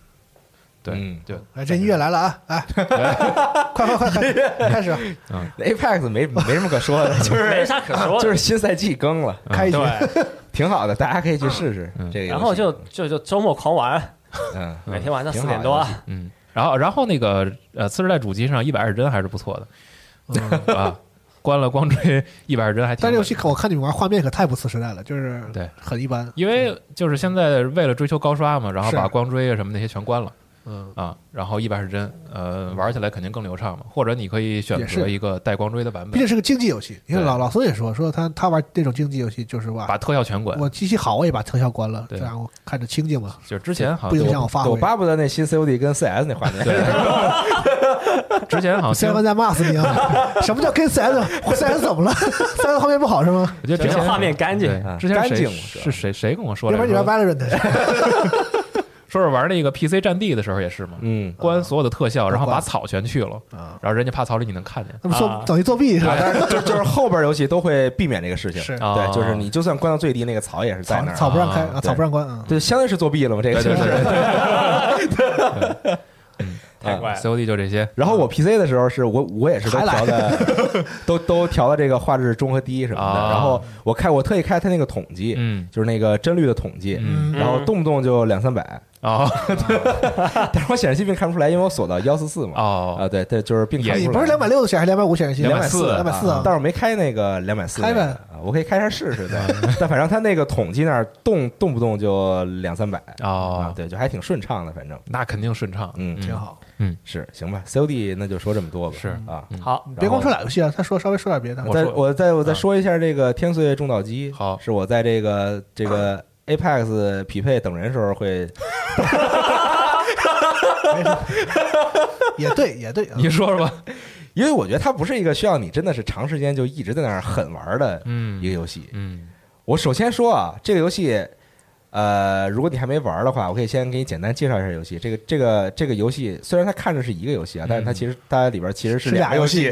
对、嗯对，来这音乐来了啊， 来，哎快快快快，开始，Apex E 没没什么可说 的，就是没啥可说的，就是新赛季更了，开一局， 挺好的，大家可以去试试这个游戏。然后就就就周末狂玩，嗯，每天晚上挺四好点多的啊游戏，嗯，然后然后那个呃次世代主机上一百二十帧还是不错的、 啊，关了光追一百二十帧还挺嗯但这游稳戏可我看你们玩画面可太不次时代了，就是对很一般，因为就是现在为了追求高刷嘛，然后是把光追啊什么那些全关了。嗯啊，然后一百是帧，呃，玩起来肯定更流畅嘛。或者你可以选也择是一个带光追的版毕本竟，是个竞技游戏。你看对老老孙也说，说他他玩这种竞技游戏就是哇，把特效全关。我机器好我也把特效关了，对这样我看着清静嘛，就是之前好不影像响我发我挥。巴不得那新 COD 跟 CS 那画面。之前哦好虽像然听在骂死 你啊！什么叫跟 CS？CS 怎么了？CS 画面不好是吗？我觉得之只前要画面干净对啊之前干净谁嘛是谁谁跟我说要不来然你玩着？ Valorant 说是玩那个 PC 战地的时候也是嘛， 嗯，关所有的特效，然后啊关把草全去了，啊，然后人家怕草里你能看见。那不作啊等于作弊是啊，吧？但是就就是后边游戏都会避免这个事情。是啊对，就是你就算关到最低，那个草也是在那草儿。草不让开啊啊，草不让关啊。对，相当于是作弊了嘛，这个对就对对是。啊太怪了。 COD 就这些，然后我 PC 的时候是我我也是都调的，都都调的这个画质中和低什么的。啊然后我开我特意开它那个统计，嗯就是那个帧率的统计，嗯然后动不动就两三百，哦但是我显示器并看不出来，因为我锁到幺四四嘛。哦啊，对对，就是并看也你出不是来。两百六的显示，两百五显示240器，两百四啊但。是我没开那个两百四，开呗啊，我可以开一下试试。对， 但反正它那个统计那儿动动不动就两三百啊，哦，对，就还挺顺畅的，反正那肯定顺畅，嗯挺好，是行吧。COD 那就说这么多吧，是啊。好，别光说俩游戏啊，他说稍微说点别的。我再我说啊我再我再说一下这个天穗种岛机，好是我在这个这个 Apex 匹配等人时候会也对，也对啊。你说说吧。因为我觉得它不是一个需要你真的是长时间就一直在那儿狠玩的一嗯个游戏。嗯，我首先说啊，这个游戏，呃，如果你还没玩的话，我可以先给你简单介绍一下游戏。这个这个这个游戏虽然它看着是一个游戏啊，但是它其实它里边其实是是俩个游戏，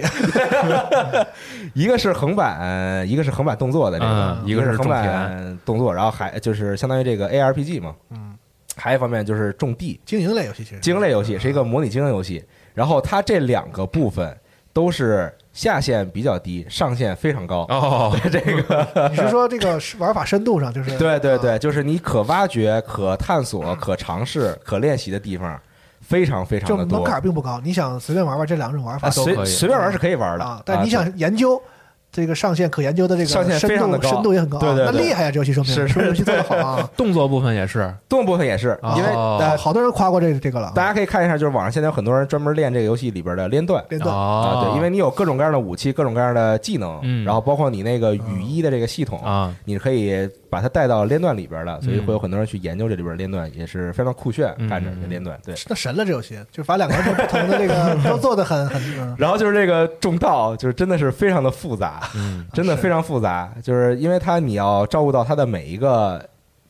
一个是横版，一个是横版动作的这个，嗯一一个是横种田版动作，然后还就是相当于这个 ARPG 嘛，嗯，还有一方面就是种地，经营类游戏其实经营类游戏是一个模拟经营游戏，然后它这两个部分都是下限比较低，上限非常高。哦，这个你是说这个是玩法深度上就是 啊对对对，就是你可挖掘、可探索、可尝试、可练习的地方非常非就常的门多。槛并不高，你想随便玩玩这两种玩啊，法都可以啊随随便玩是可以玩的啊啊，但你想研究这个上限可研究的这个上限非深常度的高深度也很高，啊对对那对厉害呀！这游戏说明是说明游戏做得好啊，动作部分也是，动作部分也是，因为哦呃，好多人夸过这个这个了啊，大家可以看一下，就是网上现在有很多人专门练这个游戏里边的连段。别断哦啊，，对，因为你有各种各样的武器，各种各样的技能，嗯然后包括你那个雨衣的这个系统，啊，你可以把它带到连段里边了，所以会有很多人去研究这里边连段，也是非常酷炫，嗯看着这连段。对，那神了，这游戏就把两个人做不同的这个都做的 很很，嗯然后就是这个种稻，就是真的是非常的复杂，嗯真的非常复杂，就是因为它你要照顾到它的每一个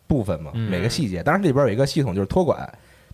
部分嘛，嗯每个细节。当然里边有一个系统就是托管，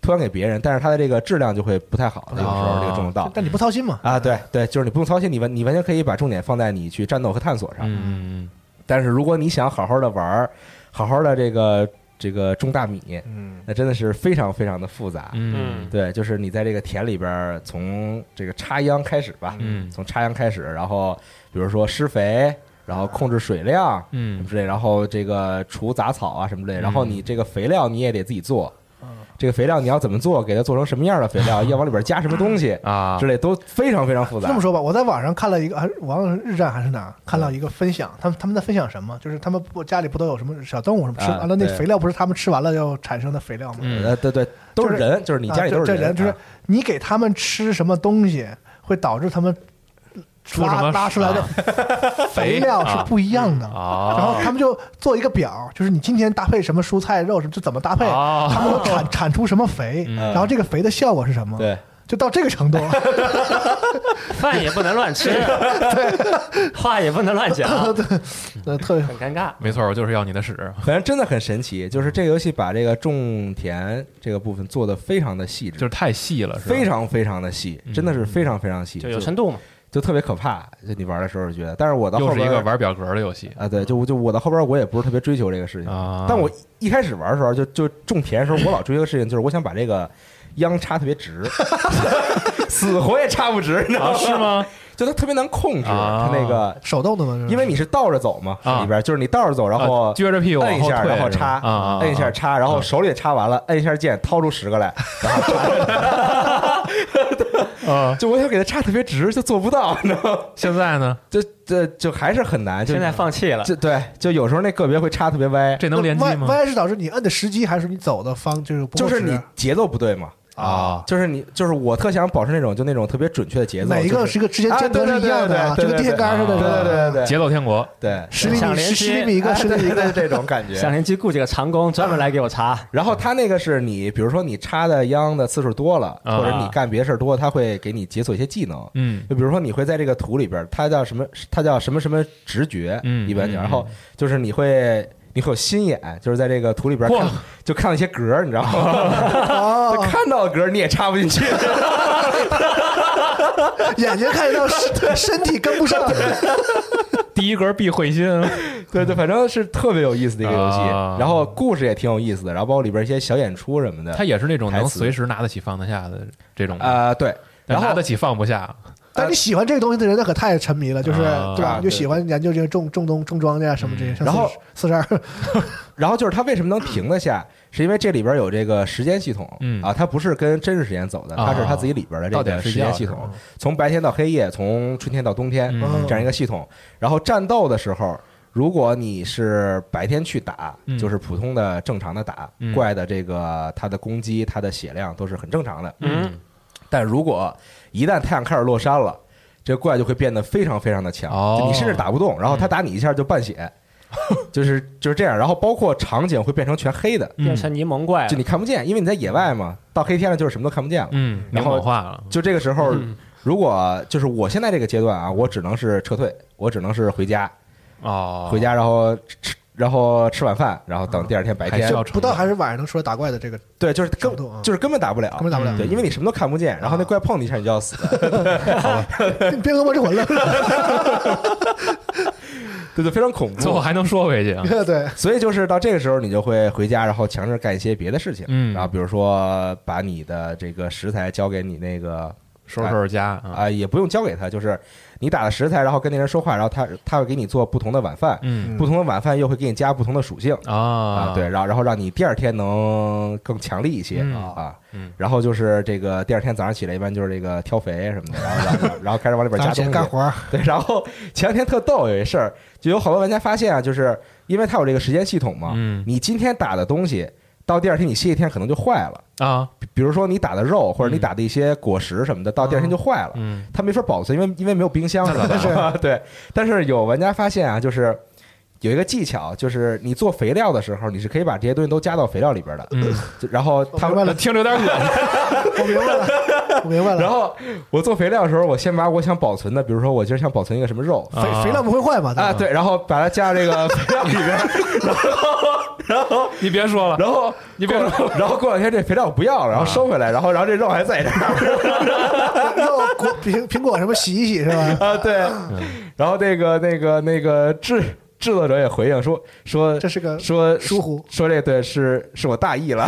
托管给别人，但是它的这个质量就会不太好了。有时候哦这个种稻但你不操心嘛？啊，对对，就是你不用操心，你完你完全可以把重点放在你去战斗和探索上。嗯但是如果你想好好的玩儿，好好的这个这个种大米，嗯，那真的是非常非常的复杂。嗯对，就是你在这个田里边儿，从这个插秧开始吧，嗯从插秧开始，然后比如说施肥，然后控制水量什么嗯之类，然后这个除杂草啊什么之类，然后你这个肥料你也得自己做，嗯这个肥料你要怎么做，给它做成什么样的肥 料，要往里边加什么东西啊之，类，都非常非常复杂。这么说吧，我在网上看了一个，还是网上日站还是哪儿看到一个分享，他们他们在分享什么？就是他们不家里不都有什么小动物什么吃啊完了那对肥料不是他们吃完了要产生的肥料吗？嗯呃，对对，都是就是人，就是你家里啊都这是这人，就是啊你给他们吃什么东西，会导致他们出什拉么拉 出来的肥料是不一样的。啊然后他们就做一个表，就是你今天搭配什么蔬菜肉，就怎么搭配，啊他们能产产出什么肥，然后这个肥的效果是什么？对，就到这个程度，饭也不能 乱吃，话也不能乱讲，呃，特别很尴尬。没错，我就是要你的屎，反正真的很神奇，就是这个游戏把这个种田这个部分做的非常的细致，就是嗯太细了，是吧非常非常的细，真的是非常非常细，就有深度嘛，就特别可怕。就你玩的时候就觉得，但是我到又后是一边个玩表格的游戏啊，对，就就我到后边我也不是特别追求这个事情，啊，嗯但我一一开始玩的时候就就种田的时候，我老追求的事情就是我想把这个秧插特别 直，死活也插不直，你知道啊吗？ 是吗？就它特别难控制它啊那个，手动的嘛，就是因为你是倒着走嘛，啊里边就是你倒着走，然后啊撅着屁股往摁一后下，退然后是吧啊啊插啊，摁一下插，然后手里也插完了，摁一下键，掏出十个 来，然后插。就我想给它插特别直，就做不到，你知道吗？啊现在呢，这这就还是很难。就现在放弃了。就对，就有时候那个别会插特别歪，这能联机歪吗？歪是导致你摁的时机，还是你走的方就是不就够是直你节奏不对嘛。啊就是你，就是我特想保持那种就那种特别准确的节奏，哪一就个是是个之前啊间隔对是一对样的啊，对就对跟对电线杆似的，对对对对节奏天国对，十厘想米连十十厘接米一个，十厘米一对个对，这种感觉，想联机雇几个长工专门来给我查，然后它那个是你，比如说你插的秧的次数多了，啊或者你干别的事儿多，它会给你解锁一些技能。嗯就比如说你会在这个图里边儿，它叫什么？它叫什么什么直觉？嗯一般嗯讲，然后就是你会。你会有心眼，就是在这个图里边儿嚯看，就看到一些格儿，你知道 吗？就哦，看到格儿你也插不进 去，眼睛看得到，身身体跟不上，第一格必会心，对对，反正是特别有意思的一个游戏啊。然后故事也挺有意思的，然后包括里边一些小演出什么的 它。也是那种台能词随时拿得起放得下的这种，啊，对，然但拿后得起放不下，但你喜欢这个东西的人，那可太沉迷了，就是啊对吧？对嗯就喜欢研究这个种种东种庄稼啊什么这些。像然后四十二，然后就是它为什么能停得 下，是因为这里边有这个时间系统，嗯啊，它不是跟真实时间走的，啊它是它自己里边的这到点个儿时睡间觉系是统吧，从白天到黑夜，从春天到冬天、嗯这样一个系统。然后战斗的时候，如果你是白天去打，嗯就是普通的正常的打、嗯怪的这个它的攻击、它的血量都是很正常的，嗯，但如果一旦太阳开始落山了，这怪就会变得非常非常的强，哦就你甚至打不动，然后他打你一下就半 血，就是就是这样。然后包括场景会变成全黑嗯的，变成柠檬怪就了。你看不见，因为你在野外嘛，到黑天了就是什么都看不见了。嗯，然柠后檬化了，就这个时候嗯，如果就是我现在这个阶段啊，我只能是撤退，我只能是回家，哦，回家然后吃。然后吃晚饭，然后等第二天白还天是，要不到还是晚上能出来打怪的这个，根对，就是根程度啊就是根本打不了，本打不了。对，因为你什么都看不见，啊然后那怪碰你一下你就要 死，你别恶魔之 魂了，对对，非常恐怖。最后还能说 回去啊，对，所以就是到这个时候，你就会回家，然后强制干一些别的事情，嗯然后比如说把你的这个食材交给你那个收拾收拾家啊、啊，也不用交给他，就是你打的食材，然后跟那人说话，然后他他会给你做不同的晚饭，嗯不同的晚饭又会给你加不同的属性啊啊，对，然后然后让你第二天能更强力一些嗯啊嗯，然后就是这个第二天早上起来一般就是这个挑肥什么的，然后 然后然后开始往里边加拿东钱西，干活儿，对，然后前两天特逗有一事儿，就有好多玩家发现啊，就是因为它有这个时间系统嘛，嗯你今天打的东西，到第二天你歇一天可能就坏了。啊比比如说你打的肉或者你嗯打的一些果实什么的，到第二天就坏了，嗯它没法保存，因为因为没有冰箱，那咋办啊是吧？ 对。但是有玩家发现啊，就是有一个技巧，就是你做肥料的时候，你是可以把这些东西都加到肥料里边的，嗯，就然后我它明白了，听着有点恶心，我明白了，我明白了。 然后我做肥料的时候，我先把我想保存的，比如说我今儿想保存一个什么肉，啊肥肥料不会坏嘛？啊，吧，对，然后把它加到这个 肥料里边，你别说 了，然后你别说过，然后过两天这肥料不要了，然后收回来，然后然后这肉还在这儿肉果苹苹果什么洗一洗是吧？ 啊，对，然后那个那个那个制制作者也回应说说这是个说疏忽说这对是是我大意 了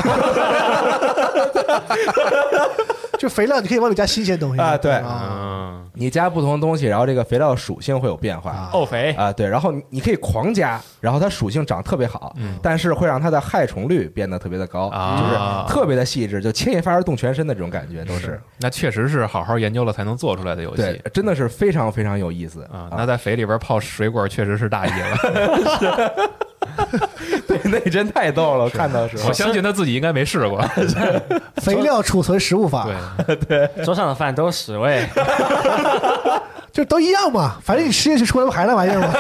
就肥料，你可以往里加新鲜东西啊对啊嗯，你加不同的东西，然后这个肥料属性会有变化。啊沤肥啊，对，然后你你可以狂加，然后它属性长得特别好，但是会让它的害虫率变得特别的高，啊就是特别的细致，就牵一发而动全身的这种感觉都是那确实是好好研究了才能做出来的游戏对，真的是非常非常有意思啊。那在肥里边泡水果确实是大意了，对， 那真太逗 了，我看到的时候我。相信他自己应该没 试过。嗯肥料储存食物法，对，桌上的饭都屎味，就都一样嘛，反正嗯你吃下去出来不还那玩意儿吗？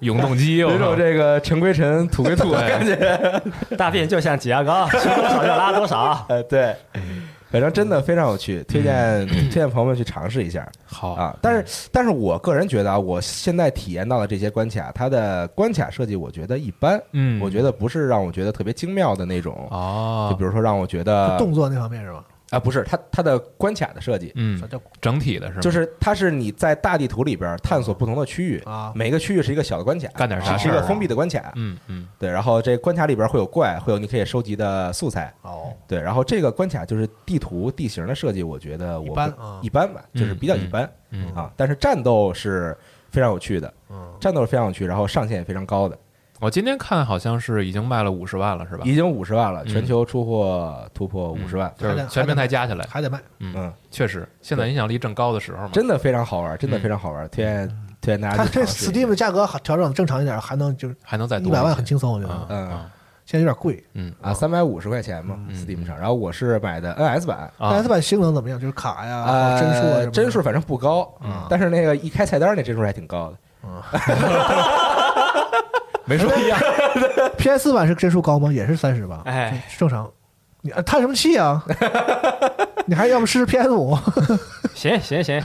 永动机有有一种 这个尘归尘，土归土的对感觉。大便就像挤牙膏，吃多少就拉 多少。 呃，对，反正真的非常有趣，推荐推荐朋友们去尝试一下嗯好啊。但是，但是我个人觉得啊，我现在体验到的这些关卡，它的关卡设计我觉得一般，嗯我觉得不是让我觉得特别精妙的那种。就哦比，如说让我觉得动作那方面是吧？啊，不是它它的关卡的设计，嗯，整体的是吗？就是它是你在大地图里边探索不同的区域啊每个区域是一个小的关卡，干点啥是一事儿个啊封闭的关卡，嗯嗯对，然后这关卡里边会有怪，会有你可以收集的素材，哦，对，然后这个关卡就是地图地形的设计，我觉得我不一般啊一般吧，就是比较一般、嗯啊，但是战斗是非常有趣的，嗯，战斗是非常有趣，然后上限也非常高的，我今天看好像是已经卖了五十万了，是吧？已经五十万了，嗯全球出货突破五十万，就还得是全平台加起来，还得卖，嗯嗯，确实，现在影响力正高的时候嘛，真的非常好玩，真的非常好玩，推荐推荐大家它去这尝试一下。 Steam 的价格好调整正常一点，还能就是还能再哎多一百万些很轻松，我觉啊得嗯啊现在有点贵。嗯啊，三百五十块钱嘛，Steam 上，然后我是买的 NS 版，啊哎 S 版性能怎么样？就是卡呀，呃，帧数啊什么的，帧数反正不高，但是那个一开菜单那帧数还挺高的，没说一样 PS 版是帧数高吗？也是三十吧，哎，正常。你啊叹什么气 啊？你还要不试试 PS 五？行行行，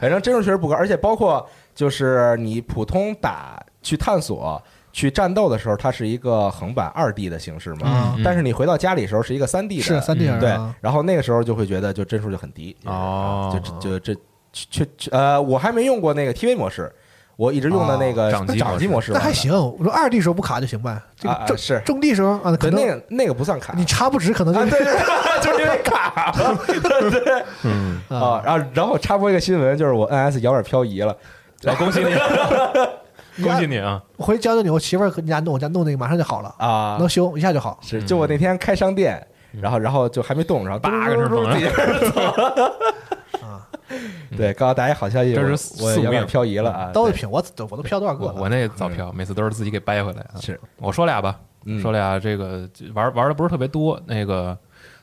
反正帧数确实不高，而且包括就是你普通打去探索、去战斗的时候，它是一个横版二 D 的形式嘛嗯，嗯但是你回到家里的时候是一个三 D 的，是三 D 嗯对啊，，然后那个时候就会觉得就帧数就很低，哦啊就就这确确呃，我还没用过那个 TV 模式，我一直用的那个哦掌机掌机模式那玩的，还行。我说二 D 时候不卡就行呗，这啊个啊种是种地时候啊，对，可能那个那个不算卡，你插不直，可能啊，就对对，对就是因为 卡了，对啊，然后然后插播一个新闻，就是我 NS 摇杆漂移了，啊，恭喜你，恭喜你啊！我回去教教你，我媳妇儿跟你家弄，我家弄那个马上就好了，啊能，修一下就好。是就我那天开商店，然后然后就还没动，然后八个是嘟嘟嘟吗自己开始走 啊了。 对，告诉大家一好消息，这是我我宿摇杆命漂移了啊！刀一对品，我都我都飘多少个啊我了？我那早票每次都是自己给掰回来啊。是，我说俩吧，嗯说俩这个玩玩的不是特别多，那个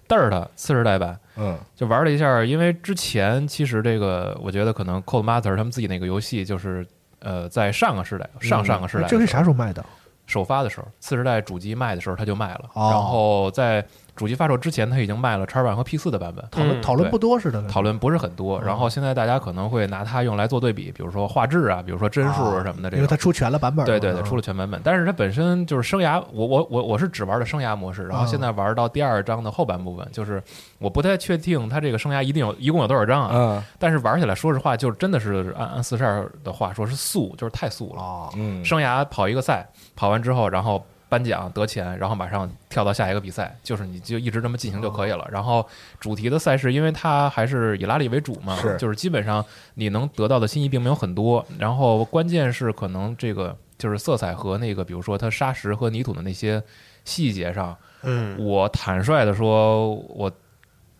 Dirt 次世代版嗯就玩了一下，因为之前其实这个我觉得可能 Cold Master 他们自己那个游戏就是呃在上个世代上上个世代的时嗯这候是啥时候卖的？首发的时候，次世代主机卖的时候它就卖了，哦然后在主机发售之前它已经卖了叉版和 P 四的版本。讨论嗯讨论对不哦多似的，讨论不是很多，然后现在大家可能会拿它用来做对比，比如说画质啊，比如说帧数啊什么的这哦因种为它。出全了版本嘛，对对对，啊出了全版本，但是它本身就是生涯，我我我我是只玩的生涯模式，然后啊现在玩到第二章的后半部分，就是我不太确定它这个生涯一定有一共有多少章啊，嗯但是玩起来说实话，就是真的是按按四十二的话说是速，就是太速了，哦，嗯，生涯跑一个赛，跑完之后，然后颁奖得钱，然后马上跳到下一个比赛，就是你就一直这么进行就可以哦了。然后主题的赛事，因为它还是以拉力为主嘛，是就是基本上你能得到的信息并没有很多。然后关键是可能这个就是色彩和那个，比如说它沙石和泥土的那些细节上，嗯，我坦率的说，我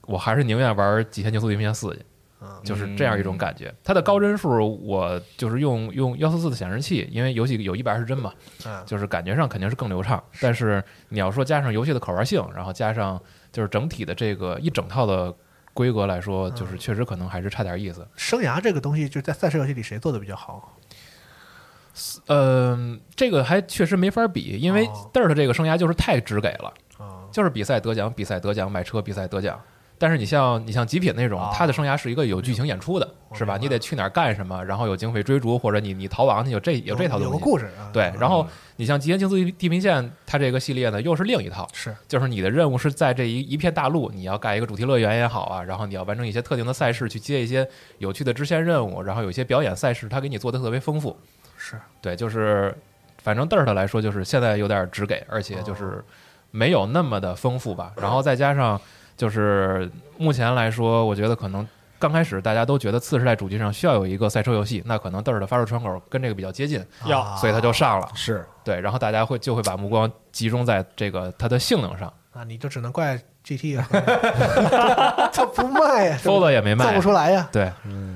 我还是宁愿玩《极限竞速地平线四》去，就是这样一种感觉。它的高帧数，我就是用用幺四四的显示器，因为游戏有一百二十帧嘛，就是感觉上肯定是更流畅。但是你要说加上游戏的可玩性，然后加上就是整体的这个一整套的规格来说，就是确实可能还是差点意思。生涯这个东西，就是在赛车游戏里谁做的比较好？嗯，这个还确实没法比，因为哦 Dirt 这个生涯就是太直给了。啊，就是比赛得奖，比赛得奖，买车比赛得奖。但是你像你像极品那种，啊他的生涯是一个有剧情演出的，是吧？你得去哪儿干什么，然后有警匪追逐，或者你你逃亡，你有这有这套有东个西。故事啊。对，然后你像《极限竞速地平线》，它这个系列呢又是另一套，是就是你的任务是在这一一片大陆，你要盖一个主题乐园也好啊，然后你要完成一些特定的赛事，去接一些有趣的支线任务，然后有一些表演赛事，它给你做的特别丰富。是，对，就是反正 Dirt 来说，就是现在有点只给，而哦且就是没有那么的丰富吧。然后再加上就是目前来说，我觉得可能刚开始大家都觉得次世代主机上需要有一个赛车游戏，那可能 Dirt 的发售窗口跟这个比较接近，啊要所以它就上了。是对，然后大家会就会把目光集中在这个它的性能上啊，你就只能怪 GT 啊，它不卖呀， ，Fold 也没造卖不，出来呀。对，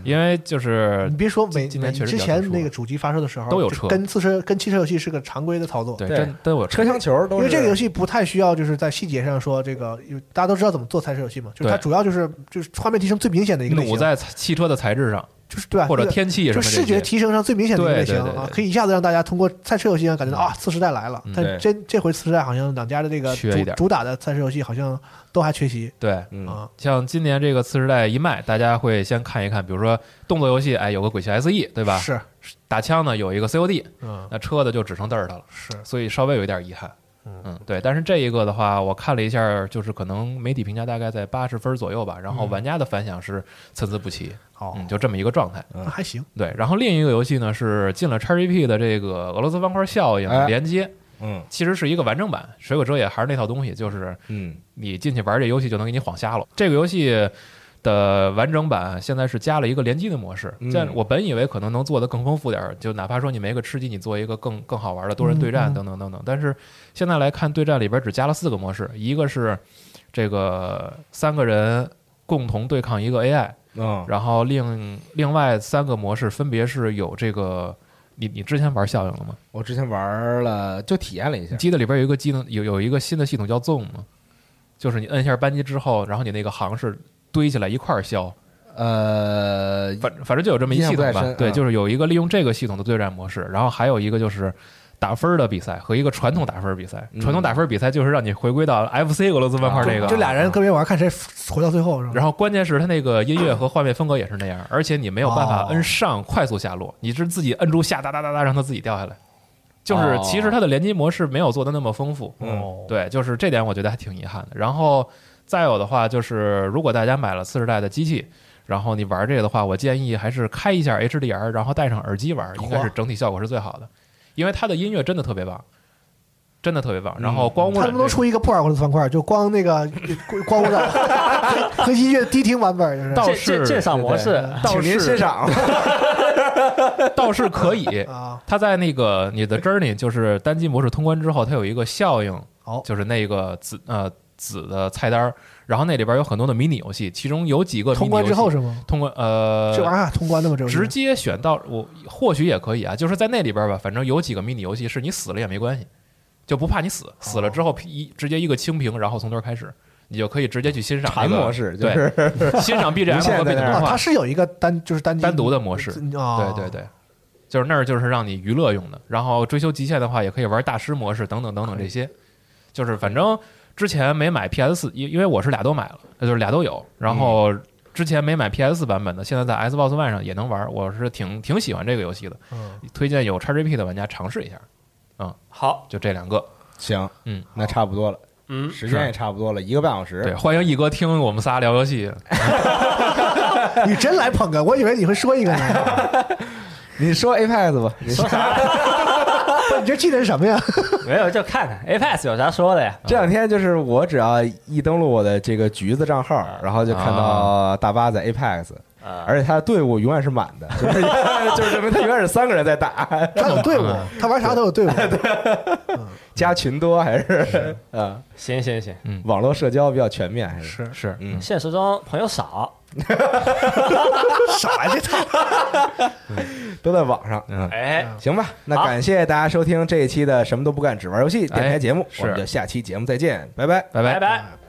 因为就是嗯你别说每今每年确实之比较特前殊那个主机发售的时候都有就车跟汽车跟汽车游戏是个常规的操作，对对真真有车车厢球都是因为这个游戏不太需要就是在细节上说这个，因为大家都知道怎么做赛车游戏嘛，就是它对主要就是就是画面提升最明显的一个类弩型，在汽车的材质上，就是对吧？或者那个天气什就么视觉这些。提升上最明显的一个对类型对对啊，对可以一下子让大家通过赛车游戏上感觉到嗯啊，次时代来了嗯。但对真这回次时代好像两家的这个缺主一点主打的赛车游戏好像都还缺席对，嗯啊。像今年这个次时代一卖，大家会先看一看，比如说动作游戏，哎，有个鬼泣 SE，对吧？是，打枪呢有一个 COD，嗯，那车的就只剩 Dirt 了，是所以稍微有一点遗憾。嗯嗯，对，但是这一个的话，我看了一下，就是可能媒体评价大概在八十分左右吧，然嗯后玩家的反响是参差不齐，好，嗯，就这么一个状态。那还行。对，然后另一个游戏呢是进了 XGP 的这个俄罗斯方块效应哎连接，嗯其实是一个完整版，《水果遮也》还是那套东西，就是嗯你进去玩这游戏就能给你晃瞎了。这个游戏的完整版现在是加了一个联机的模式嗯，但我本以为可能能做得更丰富点儿，就哪怕说你没个吃鸡，你做一个更更好玩的多人对战等等等等。但是现在来看，对战里边只加了四个模式，一个是这个三个人共同对抗一个 AI，嗯然后另另外三个模式分别是有这个。你你之前玩效应了吗？我之前玩了就体验了一下你，记得里边有一个机能，有有一个新的系统叫 Zoom 吗？就是你摁一下扳机之后，然后你那个行是堆起来一块儿消，呃反反正就有这么一系印象统不太吧深。嗯对，就是有一个利用这个系统的对战模式，然后还有一个就是打分儿的比赛和一个传统打分儿比赛。嗯传统打分儿比赛就是让你回归到 FC 俄罗斯方块啊那个，就俩人跟别人玩，看谁活到最后是吧？然后关键是它那个音乐和画面风格也是那样，而且你没有办法哦摁上快速下落，你是自己摁住下哒哒哒哒让它自己掉下来。就是哦其实它的联机模式没有做的那么丰富，嗯对，就是这点我觉得还挺遗憾的。然后再有的话就是，如果大家买了次世代的机器，然后你玩这个的话，我建议还是开一下 HDR，然后戴上耳机玩，应该是整体效果是最好的，因为它的音乐真的特别棒，真的特别棒。然后光污他染、能嗯不能出一个不玩俄罗斯方块，就光 那个光污染和和音乐低听版本就是？倒鉴是鉴鉴赏模式，倒请您欣是赏。倒是可 以，啊，它在那个你的 Journey 就是单机模式通关之后，它有一个效应，好就是那个紫呃紫的菜单儿，然后那里边有很多的迷你游戏，其中有几个迷你通关之后游戏是吗？通关这玩呃。意儿通关的吗？这游戏直接选到我或许也可以啊，就是在那里边吧，反正有几个迷你游戏是你死了也没关系，就不怕你死，死了之后一直接一个清屏，然后从头开始，你就可以直接去欣赏那禅个模式就对，是欣赏 BGM 无限和背景在那动啊，画它，是有一个单就是单机单独的模式啊，对对对，就是那儿就是让你娱乐用的。然后追求极限的话，也可以玩大师模式等等等等这些。就是反正之前没买 PS 四，因因为我是俩都买了，那就是俩都有。然后之前没买 PS 版本的，现在在 Xbox One 上也能玩，我是挺挺喜欢这个游戏的，嗯，推荐有 XGP 的玩家尝试一下。好，就这两个， 行，嗯，那差不多了，嗯，时间也差不多了，一个半小时。对，欢迎一哥听我们仨聊游戏。你真 来捧哏，我以为你会说一个呢。你说 Apex 吧，你说啥？ 不，你这记得是什么呀？没有就看看 Apex 有啥说的呀？这两天就是我只要一登录我的这个橘子账号，然后就看到大巴在 Apex，啊，而且他的队伍永远是满的，就是就是证明他永远是三个人在打，他有队伍，他玩啥都有队伍。加群多还是呃行行行，网络社交比较全面还是是是嗯现实中朋友少，啥呀？这他都在网上嗯。哎，行吧，那好感谢大家收听这一期的《什么都不干只玩游戏》电台节目，哎我们是就下期节目再见，拜拜。拜拜拜。拜。拜